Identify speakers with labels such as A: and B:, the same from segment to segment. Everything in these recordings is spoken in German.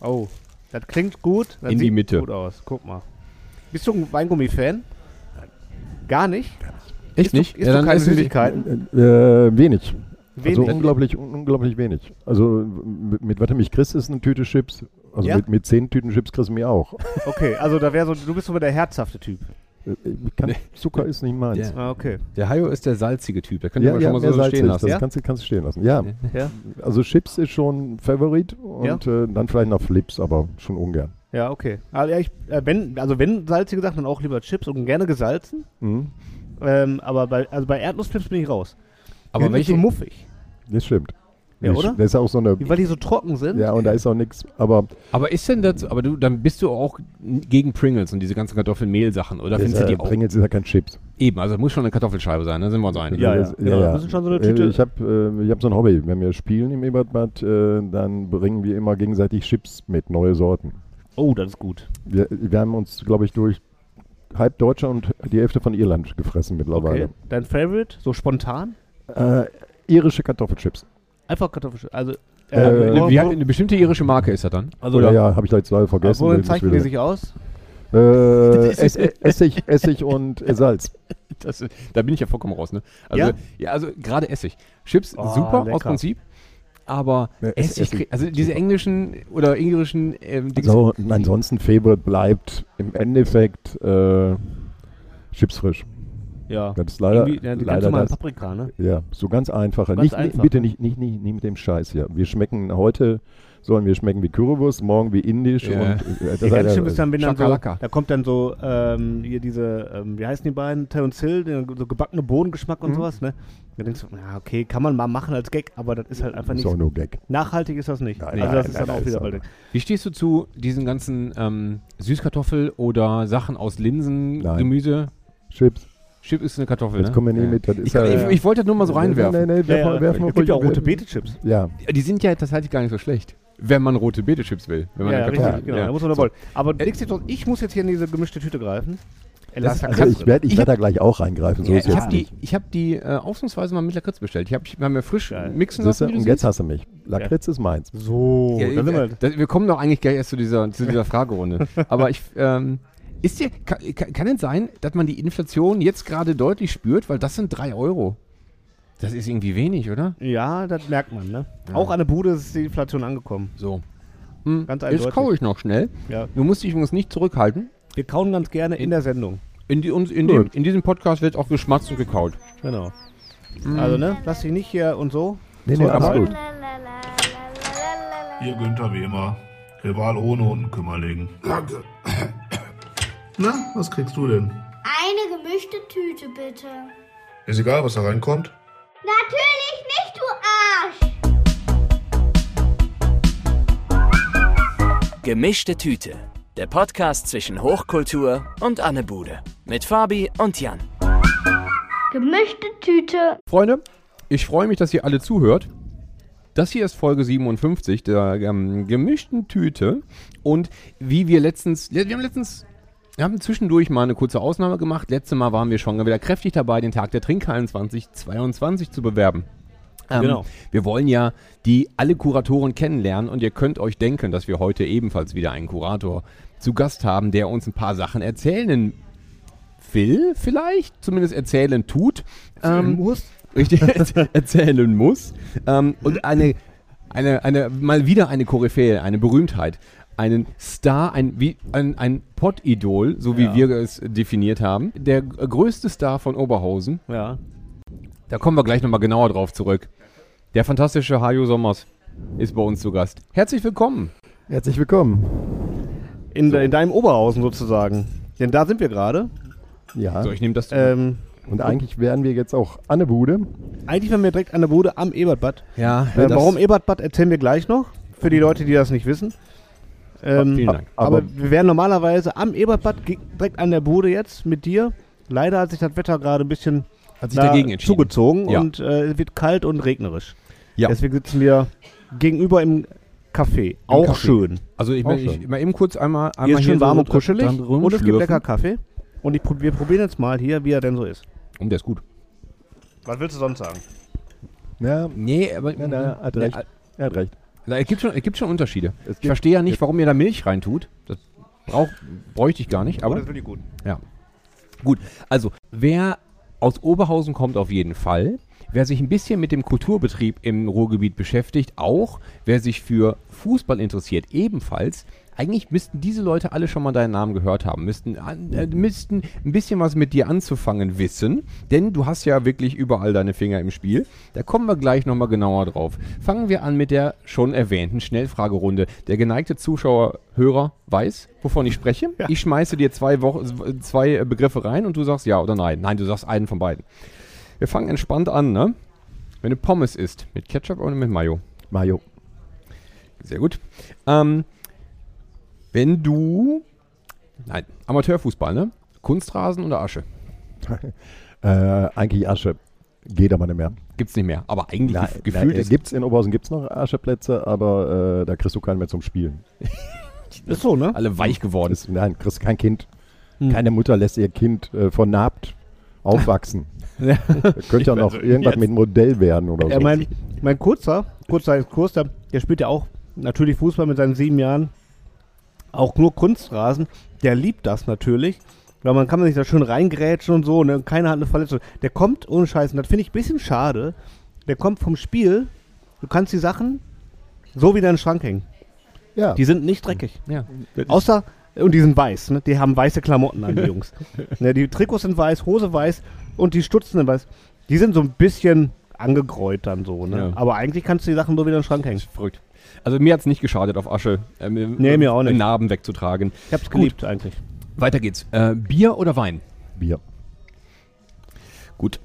A: Oh, das klingt gut. Das
B: In die
A: sieht
B: Mitte.
A: gut aus. Guck mal. Bist du ein Weingummi-Fan? Gar nicht?
B: Echt nicht?
A: Du, isst du keine
B: esse ich-
A: Süßigkeiten?
C: Äh, wenig.
A: Wenig.
C: Also unglaublich, un- unglaublich wenig. Also mit, mit Warte mich Chris ist eine Tüte Chips. Also
A: Ja?
C: mit, mit zehn Tüten Chips kriegst du mir auch.
A: okay, also da wäre so, du bist so der herzhafte Typ.
C: Äh, ich Kann,
B: Nee.
C: Zucker ist nicht meins.
B: Ja.
A: Ah, okay.
B: Der Hayo ist der salzige Typ. Da könnt ihr aber schon mal
C: mehr
B: so
C: salzig,
B: stehen lassen.
C: Das
A: Ja?
C: kannst, du- kannst du stehen lassen. Ja,
B: Ja.
A: Ja,
C: also Chips ist schon Favorit und äh, dann vielleicht noch Flips, aber schon ungern.
A: ja okay. Also, ja, ich, äh, wenn, also wenn salzige Sachen, dann auch lieber Chips und gerne gesalzen.
C: Mhm.
A: Ähm, aber bei, also bei Erdnussflips bin ich raus.
B: Aber
A: Die sind so
B: welche,
A: muffig.
C: Das stimmt.
A: Ja,
C: Die-
A: oder?
C: Das ist auch so eine.
A: Weil die so trocken sind.
C: Ja, und da ist auch nichts. Aber
B: aber ist denn das, aber du, dann bist du auch gegen Pringles und diese ganzen Kartoffelmehl-Sachen, oder
C: das,
B: findest du
C: äh,
B: die auch?
C: Pringles ist ja kein Chips.
B: Eben, also muss schon eine Kartoffelscheibe sein, da sind wir uns einig.
A: Ja.
C: Das-
A: genau. Das ist schon so eine
C: Äh,
A: Tüte.
C: Ich habe äh, ich hab so ein Hobby. Wenn wir spielen im Ebertbad, äh, dann bringen wir immer gegenseitig Chips mit, neue Sorten.
A: Oh, das ist gut.
C: Wir, wir haben uns, glaube ich, durch halb Deutschland und die Hälfte von Irland gefressen
A: Okay.
C: mittlerweile.
A: Dein Favorite? So spontan?
C: Äh, irische Kartoffelchips.
A: Einfach Kartoffeln. Also,
C: Äh,
A: wo-
B: Eine, wie,
A: wo-
B: eine bestimmte irische Marke ist er dann.
A: also
C: Oder ja, habe ich gleich leider vergessen.
A: Worin
C: Das ist
A: zeichnen
C: wieder-
A: die sich aus?
C: Äh, Ess- Essig, Essig und äh, Salz.
B: Das, da bin ich ja vollkommen raus, ne? Also,
A: Ja?
B: ja? also gerade Essig. Chips,
A: Oh,
B: super
A: lecker.
B: aus Prinzip. Aber
C: Ja, es-
B: Essig,
C: Essig, Also-
B: krieg- also diese englischen oder irischen ähm, Dings.
C: So, und ansonsten Favorite bleibt im Endeffekt äh, Chips frisch.
A: Ja.
C: Das ist leider,
A: Irgendwie, ja, die ganz
C: leider
A: normalen
C: das.
A: Paprika, ne?
C: Ja, so ganz einfache.
A: Ganz
C: nicht,
A: einfach. ne?
C: nicht- Bitte nicht, nicht, nicht, nicht mit dem Scheiß hier. Wir schmecken heute, sollen wir schmecken wie Currywurst, morgen wie Indisch.
B: Ja.
C: Und, äh, das
A: Ja,
C: hat-
A: ganz schlimm ist dann, wenn dann so,
B: Schakalaka.
A: da kommt dann so ähm, hier diese, ähm, wie heißen die beiden, Ted und Hill, den- so gebackene Bodengeschmack
C: Mhm.
A: und sowas, ne? Da denkst du, na okay, kann man mal machen als Gag, aber das ist halt einfach
C: ist
A: nicht,
C: auch nur Gag.
A: nachhaltig ist das nicht.
C: Nein,
A: also
C: nein,
A: das ist
C: nein,
A: dann
C: nein,
A: auch
C: ist
A: wieder
C: aber-
A: bald.
B: Wie stehst du zu diesen ganzen ähm, Süßkartoffel oder Sachen aus Linsen,
C: Nein.
B: Gemüse?
C: Chips,
B: Chip ist eine Kartoffel,
C: jetzt
B: ne?
C: kommen wir nie
B: Ja.
C: mit. Das ist
B: Ich,
C: ja,
B: ich, ich wollte das nur mal so reinwerfen.
C: Nee, nee, nee, werf
A: Ja,
C: mal, werf mal
A: es gibt ja auch
C: ruhig-
A: rote Beete-Chips.
C: Ja,
B: Die sind ja tatsächlich gar nicht so schlecht, wenn man rote Beete-Chips will. Wenn
A: Ja,
B: man
A: ja,
B: eine
A: richtig,
B: Kartoffel-
A: genau.
B: ja.
A: Da muss man da
B: So.
A: wollen. Aber nichtsdestotrotz, ich muss jetzt hier in diese gemischte Tüte greifen. Äh, da
C: das,
A: ist ja
C: also
A: Kratz
C: ich
A: drin.
C: werde ich
B: Ich
C: werd da gleich auch reingreifen. So
B: Ja,
C: ist
B: ich
C: jetzt
B: habe die,
C: nicht.
B: ich hab die äh, ausnahmsweise mal mit Lakritz bestellt. Ich habe ich hab mir frisch
A: Geil.
B: mixen
C: Siehst du?
B: lassen. wie du
C: Und
B: siehst.
C: jetzt hast du mich. Lakritz ist meins.
A: So,
B: Ja,
A: da sind wir.
B: äh, das, wir kommen doch eigentlich gleich erst zu dieser, zu dieser Fragerunde. Aber ich, ähm, ist dir, kann, kann, kann es sein, dass man die Inflation jetzt gerade deutlich spürt? Weil das sind 3 Euro. Das ist irgendwie wenig, oder?
A: Ja, das merkt man, ne? Auch an der Bude ist die Inflation angekommen.
B: So. Hm,
A: Ganz
B: jetzt
A: eindeutig.
B: kaue ich noch schnell.
A: Ja.
B: Du musst dich übrigens nicht zurückhalten.
A: Wir kauen ganz gerne in der Sendung.
B: In, die, uns- in, dem, in diesem Podcast wird auch geschmatzt und gekaut.
A: Genau. Also, ne? Lass dich nicht hier und so.
C: Nee, nee,
A: So,
C: alles
A: aber-
C: gut.
D: Ihr Günther wie immer. Rival ohne Unkümmerling. Na, was kriegst du denn?
E: Eine gemischte Tüte bitte.
D: Ist egal, was da reinkommt.
E: Natürlich nicht, du Arsch!
F: Gemischte Tüte. Der Podcast zwischen Hochkultur und Anne Bude. Mit Fabi und Jan.
E: Gemischte Tüte.
B: Freunde, ich freue mich, dass ihr alle zuhört. Das hier ist Folge 57 der ähm, gemischten Tüte. Und wie wir letztens, ja, wir haben letztens, wir haben zwischendurch mal eine kurze Ausnahme gemacht. Letztes Mal waren wir schon wieder kräftig dabei, den Tag der Trinkhallen 2022 zu bewerben. Ähm,
A: Genau.
B: Wir wollen ja die alle Kuratoren kennenlernen und ihr könnt euch denken, dass wir heute ebenfalls wieder einen Kurator zu Gast haben, der uns ein paar Sachen erzählen will, vielleicht, zumindest erzählen tut. Ähm, muss. Richtig, erzählen muss. Ähm, und eine, eine, eine, mal wieder eine Koryphäe, eine Berühmtheit, einen Star, ein, wie, ein, ein Pott-Idol, so wie wir es definiert haben. Der g- größte Star von Oberhausen.
A: Ja.
B: Da kommen wir gleich nochmal genauer drauf zurück. Der fantastische Hajo Sommers ist bei uns zu Gast. Herzlich willkommen.
C: Herzlich willkommen.
A: In, de- in deinem Oberhausen sozusagen. Denn da sind wir gerade.
C: Ja,
B: So, ich nehme das.
A: Ähm,
C: und eigentlich wären wir jetzt auch Anne Bude.
A: eigentlich waren wir direkt an der Bude am Ebertbad.
B: ja,
A: Äh,
B: das-
A: warum Ebertbad erzählen wir gleich noch. Für die Leute, die das nicht wissen. Ähm,
B: Vielen Dank.
A: Aber,
C: Aber-
A: wir wären normalerweise am Ebertbad ge- direkt an der Bude jetzt mit dir. Leider hat sich das Wetter gerade ein bisschen
B: Hat sich
A: da
B: dagegen entschieden.
A: zugezogen
B: Ja.
A: und äh, es wird kalt und regnerisch.
B: Ja.
A: Deswegen sitzen wir gegenüber im Café. Auch
B: Café.
A: schön.
B: Also, ich,
C: Auch
B: ich,
C: schön.
B: ich mal eben kurz einmal. einmal
A: Hier ist schön
B: so
A: warm und
B: dr-
A: kuschelig und
B: dran
A: es gibt
B: rumschlürfen.
A: lecker Kaffee. Und ich, prob- wir probieren jetzt mal hier, wie er denn so ist.
B: Oh, der ist gut.
A: Was willst du sonst sagen?
C: Ja,
B: Nee, aber. äh-
C: na, na, hat recht. Er hat recht.
B: Da, es, gibt schon, es gibt schon Unterschiede.
C: Es
B: ich
C: gibt-
B: verstehe ja nicht, warum ihr da Milch reintut. Das brauch, bräuchte ich gar nicht. Aber
A: finde ich gut.
B: Ja. Gut, also wer aus Oberhausen kommt auf jeden Fall. Wer sich ein bisschen mit dem Kulturbetrieb im Ruhrgebiet beschäftigt, auch. Wer sich für Fußball interessiert, ebenfalls. Eigentlich müssten diese Leute alle schon mal deinen Namen gehört haben, müssten, an- äh, müssten ein bisschen was mit dir anzufangen wissen, denn du hast ja wirklich überall deine Finger im Spiel. Da kommen wir gleich nochmal genauer drauf. Fangen wir an mit der schon erwähnten Schnellfragerunde. Der geneigte Zuschauer, Hörer weiß, wovon ich spreche. Ich schmeiße dir zwei, Wo zwei äh, Begriffe rein und du sagst ja oder nein. Nein, du sagst einen von beiden. Wir fangen entspannt an, ne? Wenn du Pommes isst, mit Ketchup oder mit Mayo?
C: Mayo.
B: Sehr gut. Ähm, wenn du. Nein, Amateurfußball, ne? Kunstrasen oder Asche?
C: Äh, eigentlich Asche. Geht aber nicht mehr.
B: Gibt's nicht mehr. Aber eigentlich gef- gefühlt
C: es
B: ist
C: äh, gibt's in Oberhausen gibt's noch Ascheplätze, aber äh, da kriegst du keinen mehr zum Spielen.
A: Ist so, ne?
B: alle weich geworden.
C: Das, nein, kriegst kein Kind.
B: Hm.
C: Keine Mutter lässt ihr Kind äh, vernarbt aufwachsen.
A: Ja.
C: Könnte ja noch irgendwas mit Modell werden oder
A: Ja,
C: so.
A: mein, mein kurzer, kurzer ist Kurs, der, der spielt ja auch natürlich Fußball mit seinen sieben Jahren. Auch nur Kunstrasen. Der liebt das natürlich. Weil man kann sich da schön reingrätschen und so. Ne? und Keiner hat eine Verletzung. Der kommt ohne Scheiß. Und das finde ich ein bisschen schade. Der kommt vom Spiel. Du kannst die Sachen so wieder in den Schrank hängen.
C: ja.
A: Die sind nicht dreckig.
B: Ja.
A: Außer, und die sind weiß, ne? Die haben weiße Klamotten an, die Jungs. ne, die Trikots sind weiß, Hose weiß und die Stutzen sind weiß. Die sind so ein bisschen angegräut dann so, ne?
B: Ja.
A: Aber eigentlich kannst du die Sachen nur wieder in den Schrank hängen.
B: Ist verrückt. Also mir hat's nicht geschadet, auf Asche ähm,
A: Nee, mir auch nicht.
B: Narben wegzutragen.
A: Ich hab's
B: Gut.
A: geliebt eigentlich.
B: Weiter geht's. Äh, Bier oder Wein?
C: Bier.
B: Gut.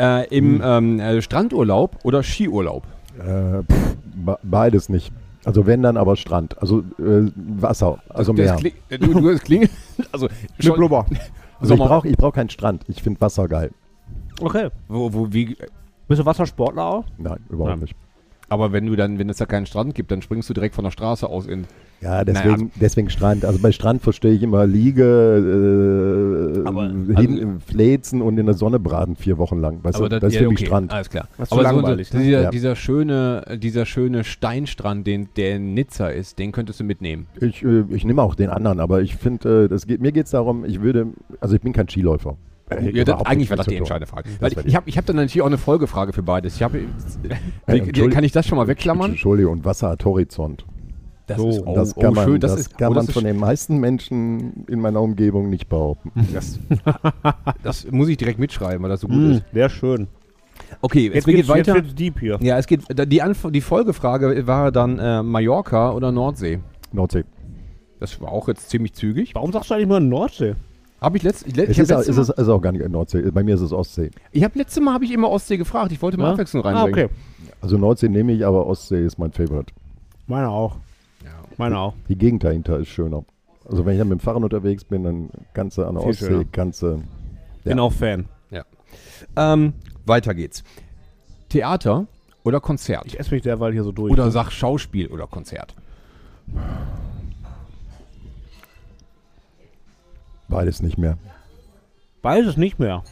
B: Äh, Im
C: Hm.
B: ähm, äh, Strandurlaub oder Skiurlaub?
C: Äh, pff, be- beides nicht. Also wenn dann aber Strand, also äh, Wasser, also
B: Das
C: Meer.
B: kling, äh, du, du, das klingt, also schon,
A: Blubber.
C: Also ich
B: Sommer-
C: brauche ich brauch keinen Strand. Ich finde Wasser geil.
A: Okay.
B: wo, wo, wie,
A: Bist du Wassersportler auch?
C: Nein, überhaupt
B: Nein.
C: nicht.
B: aber wenn du dann, wenn es da keinen Strand gibt, dann springst du direkt von der Straße aus in.
C: Ja, deswegen, deswegen Strand. Also bei Strand verstehe ich immer Liege, äh,
B: Aber-
C: hin
B: also-
C: im Fläzen und in der Sonne braten vier Wochen lang. Weißt du, das, ist für mich Strand.
B: Alles klar.
A: Das ist
B: aber
A: zu
B: so,
A: langweilig,
B: so,
A: ne?
B: dieser,
C: Ja.
B: dieser schöne, dieser schöne Steinstrand, den der in Nizza ist, den könntest du mitnehmen.
C: Ich, äh, ich nehme auch den anderen, aber ich finde, äh, das geht, mir geht es darum, ich würde, also ich bin kein Skiläufer. Äh,
B: Ja, das,
C: überhaupt
B: eigentlich
C: nicht
B: war das
C: zu
B: die
C: tun.
B: entscheidende Frage.
C: Das
B: Weil
C: war die-
B: ich habe ich hab dann natürlich auch eine Folgefrage für beides. Ich hab, wie,
C: Entschuldigung.
B: kann ich das schon mal wegklammern?
C: Entschuldigung, und Wasser hat Horizont.
B: Das
A: So,
B: oh,
C: das
B: oh,
C: kann man,
B: schön,
C: das
B: ist,
C: kann
B: oh,
C: man
B: das
C: von
B: ist,
C: den meisten Menschen in meiner Umgebung nicht behaupten.
B: das, das muss ich direkt mitschreiben, weil das so gut
C: Mhm.
B: ist.
A: Wäre Hm, schön.
B: Okay, jetzt, geht's
A: jetzt
B: weiter.
A: wird's deep hier.
B: Ja, es geht. da- Die, Anf die Folgefrage war dann äh, Mallorca oder Nordsee.
C: Nordsee.
B: Das war auch jetzt ziemlich zügig.
A: Warum sagst du eigentlich mal Nordsee?
B: Habe ich letzt, ich, le-
C: Es
B: ich
C: ist,
B: habe
C: auch, es
B: letzte,
C: ist,
B: Mal-
C: es ist auch gar nicht Nordsee. Bei mir ist es Ostsee.
B: ich hab letzte Mal habe ich immer Ostsee gefragt. Ich wollte mal
A: Ja?
B: Abwechslung
A: Ah,
B: reinbringen.
A: okay.
C: Also Nordsee nehme ich, aber Ostsee ist mein Favorite.
A: Meine auch. Meine auch.
C: Die Gegend dahinter ist schöner. Also wenn ich dann mit dem Fahrrad unterwegs bin, dann kannst du an der
A: Viel schöner.
C: Ostsee, kannst du
A: Bin auch Fan.
B: Ähm, weiter geht's. Theater oder Konzert?
A: Ich esse mich derweil hier so durch.
B: Oder sag Schauspiel oder Konzert.
C: beides nicht mehr.
A: Beides nicht mehr.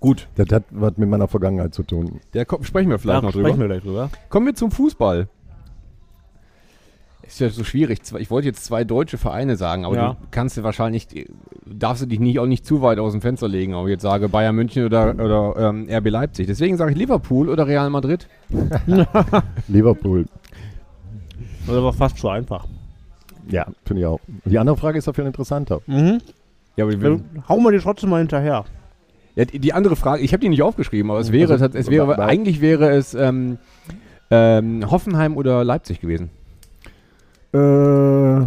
B: Gut,
C: Das hat was mit meiner Vergangenheit zu tun.
B: da ko- sprechen wir vielleicht
A: da
B: noch drüber.
A: sprechen wir gleich drüber.
B: Kommen wir zum Fußball. Ist ja so schwierig. Zwei- Ich wollte jetzt zwei deutsche Vereine sagen, aber
A: Ja.
B: du kannst dir wahrscheinlich, darfst du dich nicht, auch nicht zu weit aus dem Fenster legen, ob ich jetzt sage Bayern München oder, oder ähm, RB Leipzig. Deswegen sage ich Liverpool oder Real Madrid.
C: Liverpool.
A: Das war fast zu einfach.
C: Ja, finde ich auch. Die andere Frage ist dafür interessanter.
A: Hm.
B: Ja, aber
A: Also, hau mal die trotzdem mal hinterher.
B: ja, die die andere Frage, ich habe die nicht aufgeschrieben, aber es wäre,
C: Also,
B: tats- es wäre
C: bei- bei-
B: eigentlich wäre es ähm, ähm, Hoffenheim oder Leipzig gewesen.
C: Äh,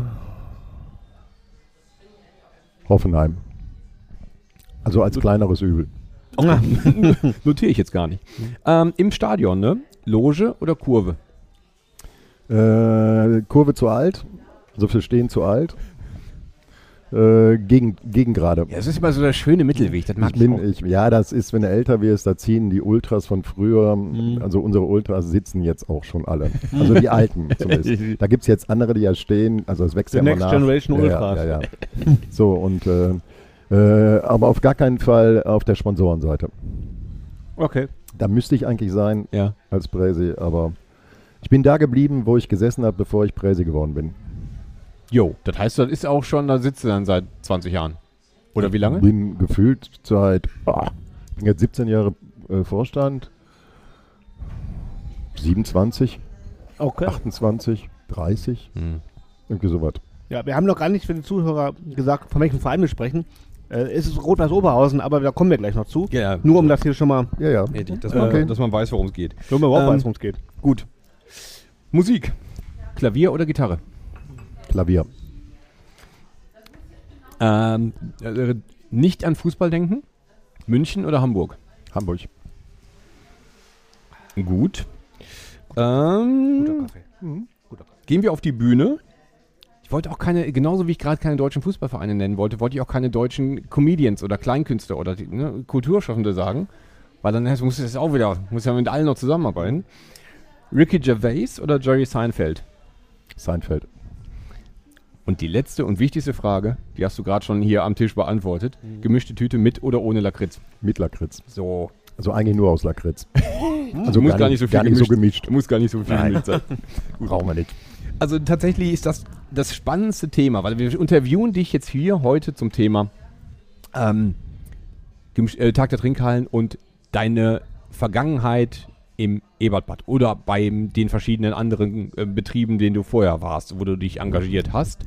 C: Hoffenheim. Also als kleineres Übel.
B: Notiere ich jetzt gar nicht. Ähm, Im Stadion, ne? Loge oder Kurve?
C: Äh, Kurve zu alt. Also für Stehen zu alt. Äh, gegen, gegen gerade.
B: Ja, das ist immer so der schöne Mittelweg, das mag
C: Ich bin, ich, ja, das ist, wenn du älter wirst, da ziehen die Ultras von früher,
A: Mhm.
C: also unsere Ultras sitzen jetzt auch schon alle. Also die Alten zumindest. Da gibt es jetzt andere, die ja stehen, also es wächst
A: The
C: ja immer
A: next
C: nach.
A: generation
C: ja,
A: Ultras.
C: Ja, ja, ja. So, und äh, äh, aber auf gar keinen Fall auf der Sponsorenseite.
A: Okay.
C: Da müsste ich eigentlich sein
B: Ja.
C: als Präsi, aber Ich bin da geblieben, wo ich gesessen habe, bevor ich Präse geworden bin.
B: Jo, das heißt, das ist auch schon, da sitzt du dann seit 20 Jahren. Oder wie lange?
C: Bin gefühlt seit ah, bin jetzt 17 Jahre äh, Vorstand, 27,
A: Okay.
C: 28, 30,
B: Hm.
C: irgendwie sowas.
A: Ja, wir haben noch gar nicht für die Zuhörer gesagt, von welchem Verein wir sprechen. Äh, es ist Rot-Weiß Oberhausen, aber da kommen wir gleich noch zu.
B: Ja, ja.
A: Nur um das hier schon mal,
C: Ja, ja.
B: Nee, dass, man,
C: man- Okay.
B: dass
C: dass
B: man weiß, worum es geht.
A: wenn man überhaupt
B: Ähm,
A: weiß, worum es geht.
B: Gut. Musik. Klavier oder Gitarre?
C: Klavier.
B: Ähm, äh, nicht an Fußball denken. München oder Hamburg?
C: Hamburg.
B: Gut. Ähm, Mhm. Gehen wir auf die Bühne. Ich wollte auch keine, genauso wie ich gerade keine deutschen Fußballvereine nennen wollte, wollte ich auch keine deutschen Comedians oder Kleinkünstler oder die, ne, Kulturschaffende sagen. Weil dann muss das auch wieder, muss ja mit allen noch zusammenarbeiten. Ricky Gervais oder Jerry Seinfeld?
C: Seinfeld.
B: Und die letzte und wichtigste Frage, die hast du gerade schon hier am Tisch beantwortet.
C: Mhm.
B: Gemischte Tüte mit oder ohne Lakritz?
C: Mit Lakritz.
B: So.
C: Also eigentlich nur aus Lakritz. Also
B: Du musst gar nicht so viel
C: gar nicht so gemischt.
B: Muss gar nicht so viel gemischt sein.
C: Brauchen wir nicht.
B: Also tatsächlich ist das das spannendste Thema, weil wir interviewen dich jetzt hier heute zum Thema ähm, Gemisch- äh, Tag der Trinkhallen und deine Vergangenheit im Ebertbad oder bei den verschiedenen anderen äh, Betrieben, denen du vorher warst, wo du dich engagiert hast.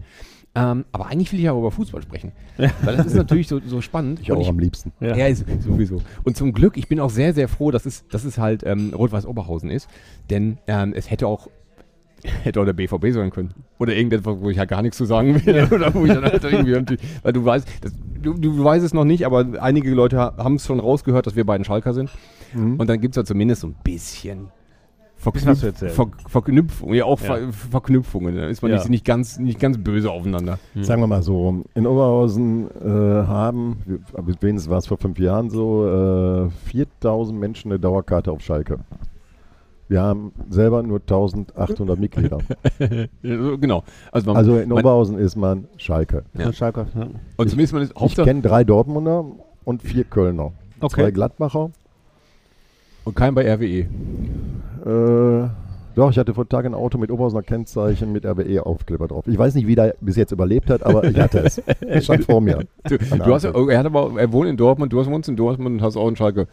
B: Ähm, aber eigentlich will ich ja über Fußball sprechen, weil das ist natürlich so, so spannend.
C: Ich
B: Und
C: auch am liebsten.
B: ja, ist, sowieso. Und zum Glück, ich bin auch sehr, sehr froh, dass es, dass es halt ähm, Rot-Weiß-Oberhausen ist, denn ähm, es hätte auch, hätte auch der BVB sein können. Oder irgendetwas, wo ich halt gar nichts zu sagen will. Oder wo ich dann halt irgendwie, und die- weil du weißt, das, du, du weißt es noch nicht, aber einige Leute ha- haben es schon rausgehört, dass wir beiden Schalker sind. Und dann gibt es ja zumindest so ein bisschen.
A: Bisschen was zu
B: Verknüpf
A: erzählen.
B: Ver Verknüpfungen, ja auch Ver Verknüpfungen. Da ist man
A: Ja.
B: nicht, nicht, ganz, nicht ganz böse aufeinander.
C: Sagen wir mal so, in Oberhausen äh, haben, wir- aber wenigstens war es vor fünf Jahren so, äh, 4000 Menschen eine Dauerkarte auf Schalke. Wir haben selber nur 1800 Mitglieder.
B: Ja, so, Genau. Also, man,
C: Also in
B: man,
C: Oberhausen ist man Schalke.
B: Ja.
A: Schalke, ja.
B: und zumindest man ist
C: Ich
B: Hauptsache,
C: kenne drei Dortmunder und vier Kölner.
A: Okay.
C: Zwei Gladbacher.
B: und kein bei E. RWE.
C: Äh, doch, ich hatte vor Tagen ein Auto mit Oberhausener Kennzeichen mit RWE-Aufkleber drauf. Ich weiß nicht, wie der bis jetzt überlebt hat, aber ich hatte es. Es stand vor mir.
B: Du, du hast, er, hat aber, er wohnt in Dortmund, du hast wohnst in Dortmund und hast auch einen Schalke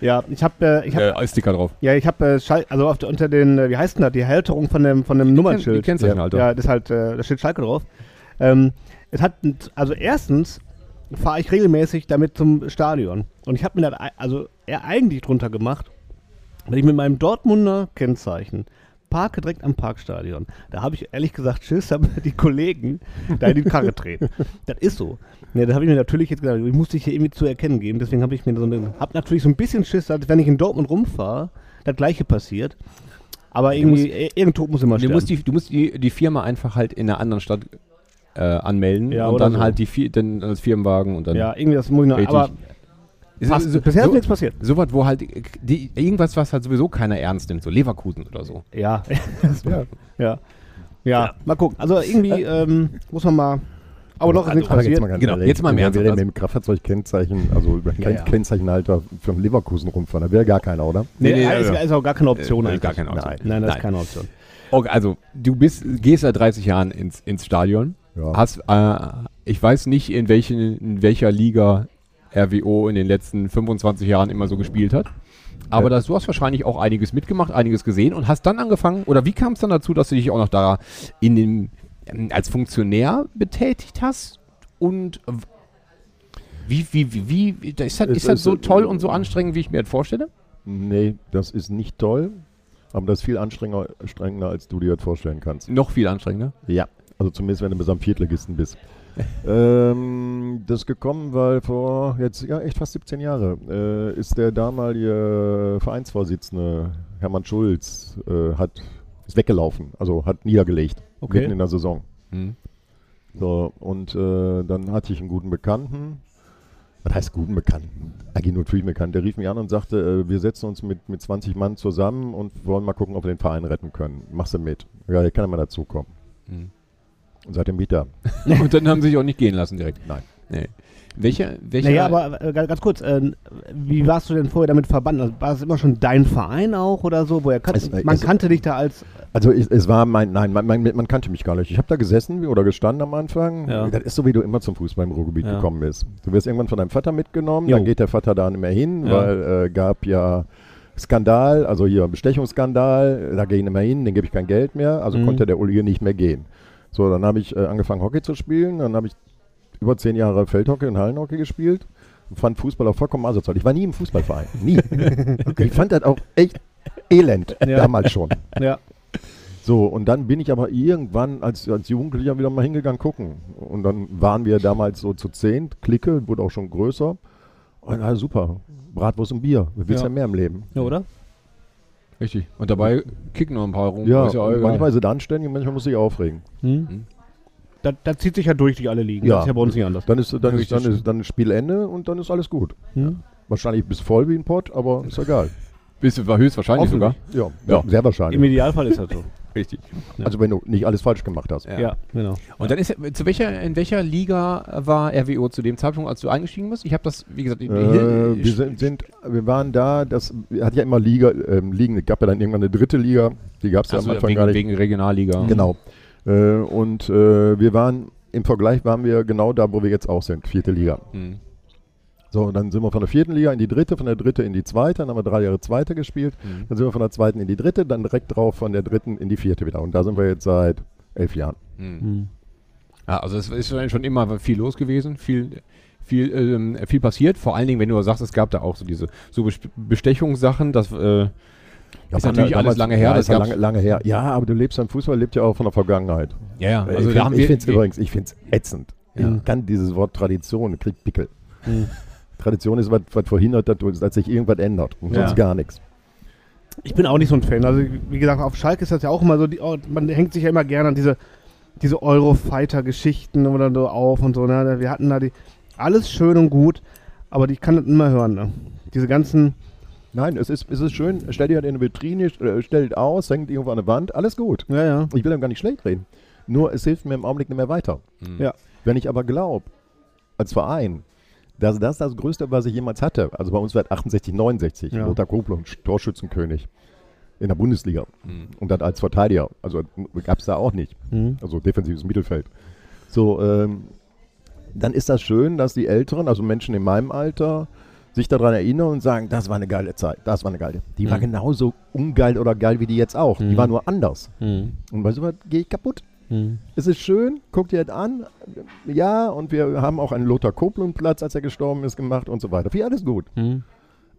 A: Ja, ich habe, äh, ich hab,
B: äh, Sticker drauf.
A: ja, ich habe, äh, Schal- also auf, der- unter den, äh, wie heißt denn das, die Halterung von dem, von dem
B: Die
A: Nummernschild.
B: Kennzeichen,
C: Ja.
B: Alter.
A: ja, das ist halt, äh, da steht Schalke drauf. Ähm, es hat, ein- also erstens fahre ich regelmäßig damit zum Stadion und ich habe mir das, ei- also eher eigentlich drunter gemacht, weil ich mit meinem Dortmunder Kennzeichen parke direkt am Parkstadion. Da habe ich ehrlich gesagt Schiss, haben die Kollegen da in die Karre treten. Das ist so. Ja, das habe ich mir natürlich jetzt gedacht, ich musste dich hier irgendwie zu erkennen geben, deswegen habe ich mir so eine, habe natürlich so ein bisschen Schiss, dass wenn ich in Dortmund rumfahre, das gleiche passiert. Aber irgendwie, äh, irgendein Tod muss immer
B: Du
A: sterben.
B: musst, die, du musst die, die Firma einfach halt in einer anderen Stadt äh, anmelden
A: Ja,
B: und
A: oder
B: dann
A: so.
B: halt die, Fi- dann als Firmenwagen und dann.
A: Ja, irgendwie das muss ich noch.
B: Richtig.
A: Aber
B: Es ist
A: passt.
B: so-
A: bisher ist
B: so-
A: nichts passiert.
B: Sowas, wo halt äh, die, irgendwas, was halt sowieso keiner ernst nimmt, so Leverkusen oder so.
A: Ja. ja. ja. mal gucken. Also irgendwie ähm, muss man mal. Aber noch ist nichts
C: Aber
A: passiert.
C: Jetzt mal ganz
B: Genau,
C: ehrlich,
B: jetzt mal im
C: wenn
B: Ernst.
C: Wir reden mit dem Kraftfahrzeugkennzeichen, also über
A: Ja,
C: kein
A: ja.
C: Kennzeichenhalter von Leverkusen rumfahren. Da wäre gar keiner, oder?
A: Nee,
B: Nee, nee,
A: ist,
B: ja.
A: ist auch gar keine Option.
B: Äh,
A: eigentlich.
B: gar keine Option.
A: Nein, nein das
B: Nein.
A: ist keine Option.
B: Okay, also du bist, gehst seit 30 Jahren ins, ins Stadion.
C: Ja.
B: Hast, äh, ich weiß nicht, in, welchen, in welcher Liga RWO in den letzten 25 Jahren immer so gespielt hat. Aber das, du hast wahrscheinlich auch einiges mitgemacht, einiges gesehen und hast dann angefangen, oder wie kam es dann dazu, dass du dich auch noch da in dem, ähm, als Funktionär betätigt hast? Und w- wie, wie, wie, wie, wie ist das,
C: Es
B: ist das
C: ist,
B: so
C: äh,
B: toll und so anstrengend, wie ich mir das vorstelle?
C: Nee, das ist nicht toll. Aber das ist viel anstrengender, anstrengender als du dir das vorstellen kannst.
B: Noch viel anstrengender.
C: Ja. Also zumindest, wenn du bis am Viertligisten bist. ähm, das ist gekommen, weil vor jetzt ja, echt fast 17 Jahre äh, ist der damalige Vereinsvorsitzende Hermann Schulz äh, hat, ist weggelaufen, also hat niedergelegt
A: Okay.
C: mitten in der Saison.
B: Mhm.
C: So, und äh, dann hatte ich einen guten Bekannten. Was heißt guten Bekannten? Eigentlich nur natürlich bekannt. Der rief mich an und sagte, äh, wir setzen uns mit, mit 20 Mann zusammen und wollen mal gucken, ob wir den Verein retten können. Machst du mit? Ja, der kann ja mal dazukommen.
B: Mhm.
C: Und seitdem bin ich da.
B: Und dann haben sie sich auch nicht gehen lassen direkt.
C: Nein.
B: Nee. Welcher, welcher,
A: Naja, aber äh, ga- ganz kurz, äh, wie warst du denn vorher damit verbunden? Also war es immer schon dein Verein auch oder so? Woher kan
C: Es- äh,
A: man
C: es-
A: kannte dich da als.
C: Also ich, es war mein, nein, man, man, man kannte mich gar nicht. Ich habe da gesessen oder gestanden am Anfang.
A: Ja.
C: Das ist so, wie du immer zum Fußball im Ruhrgebiet
A: Ja.
C: gekommen bist. Du wirst irgendwann von deinem Vater mitgenommen,
A: Jo.
C: dann geht der Vater da nicht mehr hin,
A: Ja.
C: weil äh, gab ja Skandal, also hier Bestechungsskandal, da gehe ich nicht mehr hin, den gebe ich kein Geld mehr, also
A: Mhm.
C: konnte der Uli nicht mehr gehen. So, dann habe ich äh, angefangen Hockey zu spielen, dann habe ich über zehn Jahre Feldhockey und Hallenhockey gespielt und fand Fußball auch vollkommen asozial. Ich war nie im Fußballverein, nie. Ich fand das auch echt elend,
A: Ja.
C: damals schon.
A: Ja.
C: So, und dann bin ich aber irgendwann als, als Jugendlicher wieder mal hingegangen gucken. Und dann waren wir damals so zu zehn, Clique, wurde auch schon größer. Und na super, Bratwurst und Bier, wir willst ja.
A: Ja.
C: mehr im Leben.
A: ja, oder?
B: Richtig. Und dabei kicken noch ein paar rum.
C: Ja,
B: ist ja auch
C: und
B: egal.
C: manchmal sind anständig und manchmal muss ich aufregen.
A: Hm? Da, da zieht sich ja durch die alle liegen.
C: Ja.
A: Das ist ja bei uns nicht anders.
C: Dann ist, dann ist,
B: Richtig.
C: dann ist, dann ist Spielende und dann ist alles gut.
A: Hm?
C: Wahrscheinlich bist du voll wie ein Pott, aber ist egal.
B: Bist du war höchstwahrscheinlich sogar.
C: Ja, ja, sehr
A: Im
C: wahrscheinlich.
A: Idealfall ist das so.
B: Richtig.
C: Also wenn du nicht alles falsch gemacht hast.
A: ja. genau.
B: Und dann ist er- zu welcher in welcher Liga war RWO zu dem Zeitpunkt, als du eingestiegen bist? Ich habe das, wie gesagt, in-
C: Äh, wir, sind, sind, wir waren da, das hat ja immer Liga, ähm, Ligen, gab ja dann irgendwann eine dritte Liga, die gab es ja
B: Ach so,
C: am Anfang
B: wegen,
C: gar nicht.
B: wegen mhm. Regionalliga.
C: Genau. Äh, und äh, wir waren, im Vergleich waren wir genau da, wo wir jetzt auch sind, vierte Liga.
B: Mhm.
C: So, und dann sind wir von der vierten Liga in die dritte, von der dritte in die zweite, dann haben wir drei Jahre zweite gespielt,
B: Mhm.
C: dann sind wir von der zweiten in die dritte, dann direkt drauf von der dritten in die vierte wieder. Und da sind wir jetzt seit elf Jahren.
A: Hm.
B: Ja, also es ist schon immer viel los gewesen, viel, viel, ähm, viel passiert. Vor allen Dingen, wenn du sagst, es gab da auch so diese so Bes- Bestechungssachen, das äh,
C: Ja,
B: Ist
C: Mann,
B: natürlich alles lange her,
C: Ja,
B: das
C: ist ja
B: gab's-
C: lange, lange her. Ja, aber du lebst beim Fußball, lebt ja auch von der Vergangenheit.
B: ja, ja, also
C: ich
B: da
C: find-
B: haben
C: ich
B: wir
C: finde es übrigens, ich finde es ätzend.
B: Ja.
C: Ich kann dieses Wort Tradition, kriegt Pickel.
A: Hm.
C: Tradition ist was, was verhindert, dass, du- dass sich irgendwas ändert. Und sonst
A: Ja.
C: gar nichts.
A: Ich bin auch nicht so ein Fan. Also, wie gesagt, auf Schalke ist das ja auch immer so, die, oh, man hängt sich ja immer gerne an diese, diese Eurofighter-Geschichten oder so auf und so. Ne? Wir hatten da die, alles schön und gut, aber die- ich kann das immer hören. Ne? Diese ganzen,
C: Nein, es ist, es ist schön, stell dir halt in eine Vitrine, äh, stell es aus, hängt irgendwo an der Wand, alles gut.
A: ja, ja.
C: Ich will dann gar nicht schlecht reden. Nur es hilft mir im Augenblick nicht mehr weiter.
A: Ja.
C: Wenn ich aber glaube, als Verein, dass das das Größte, was ich jemals hatte, also bei uns war es 68, 69,
A: Ja.
C: Lothar Koblenz, Torschützenkönig in der Bundesliga und dann als Verteidiger, also gab es da auch nicht,
A: Mhm.
C: also defensives Mittelfeld. So, ähm, dann ist das schön, dass die Älteren, also Menschen in meinem Alter, sich daran erinnern und sagen, das war eine geile Zeit, das war eine geile. Die
A: Hm.
C: war genauso ungeil oder geil wie die jetzt auch. Die war nur anders. Und bei sowas gehe ich kaputt. Es ist schön, guck dir das an. Ja, und wir haben auch einen Lothar Koplund-Platz, als er gestorben ist, gemacht und so weiter. Wie alles gut.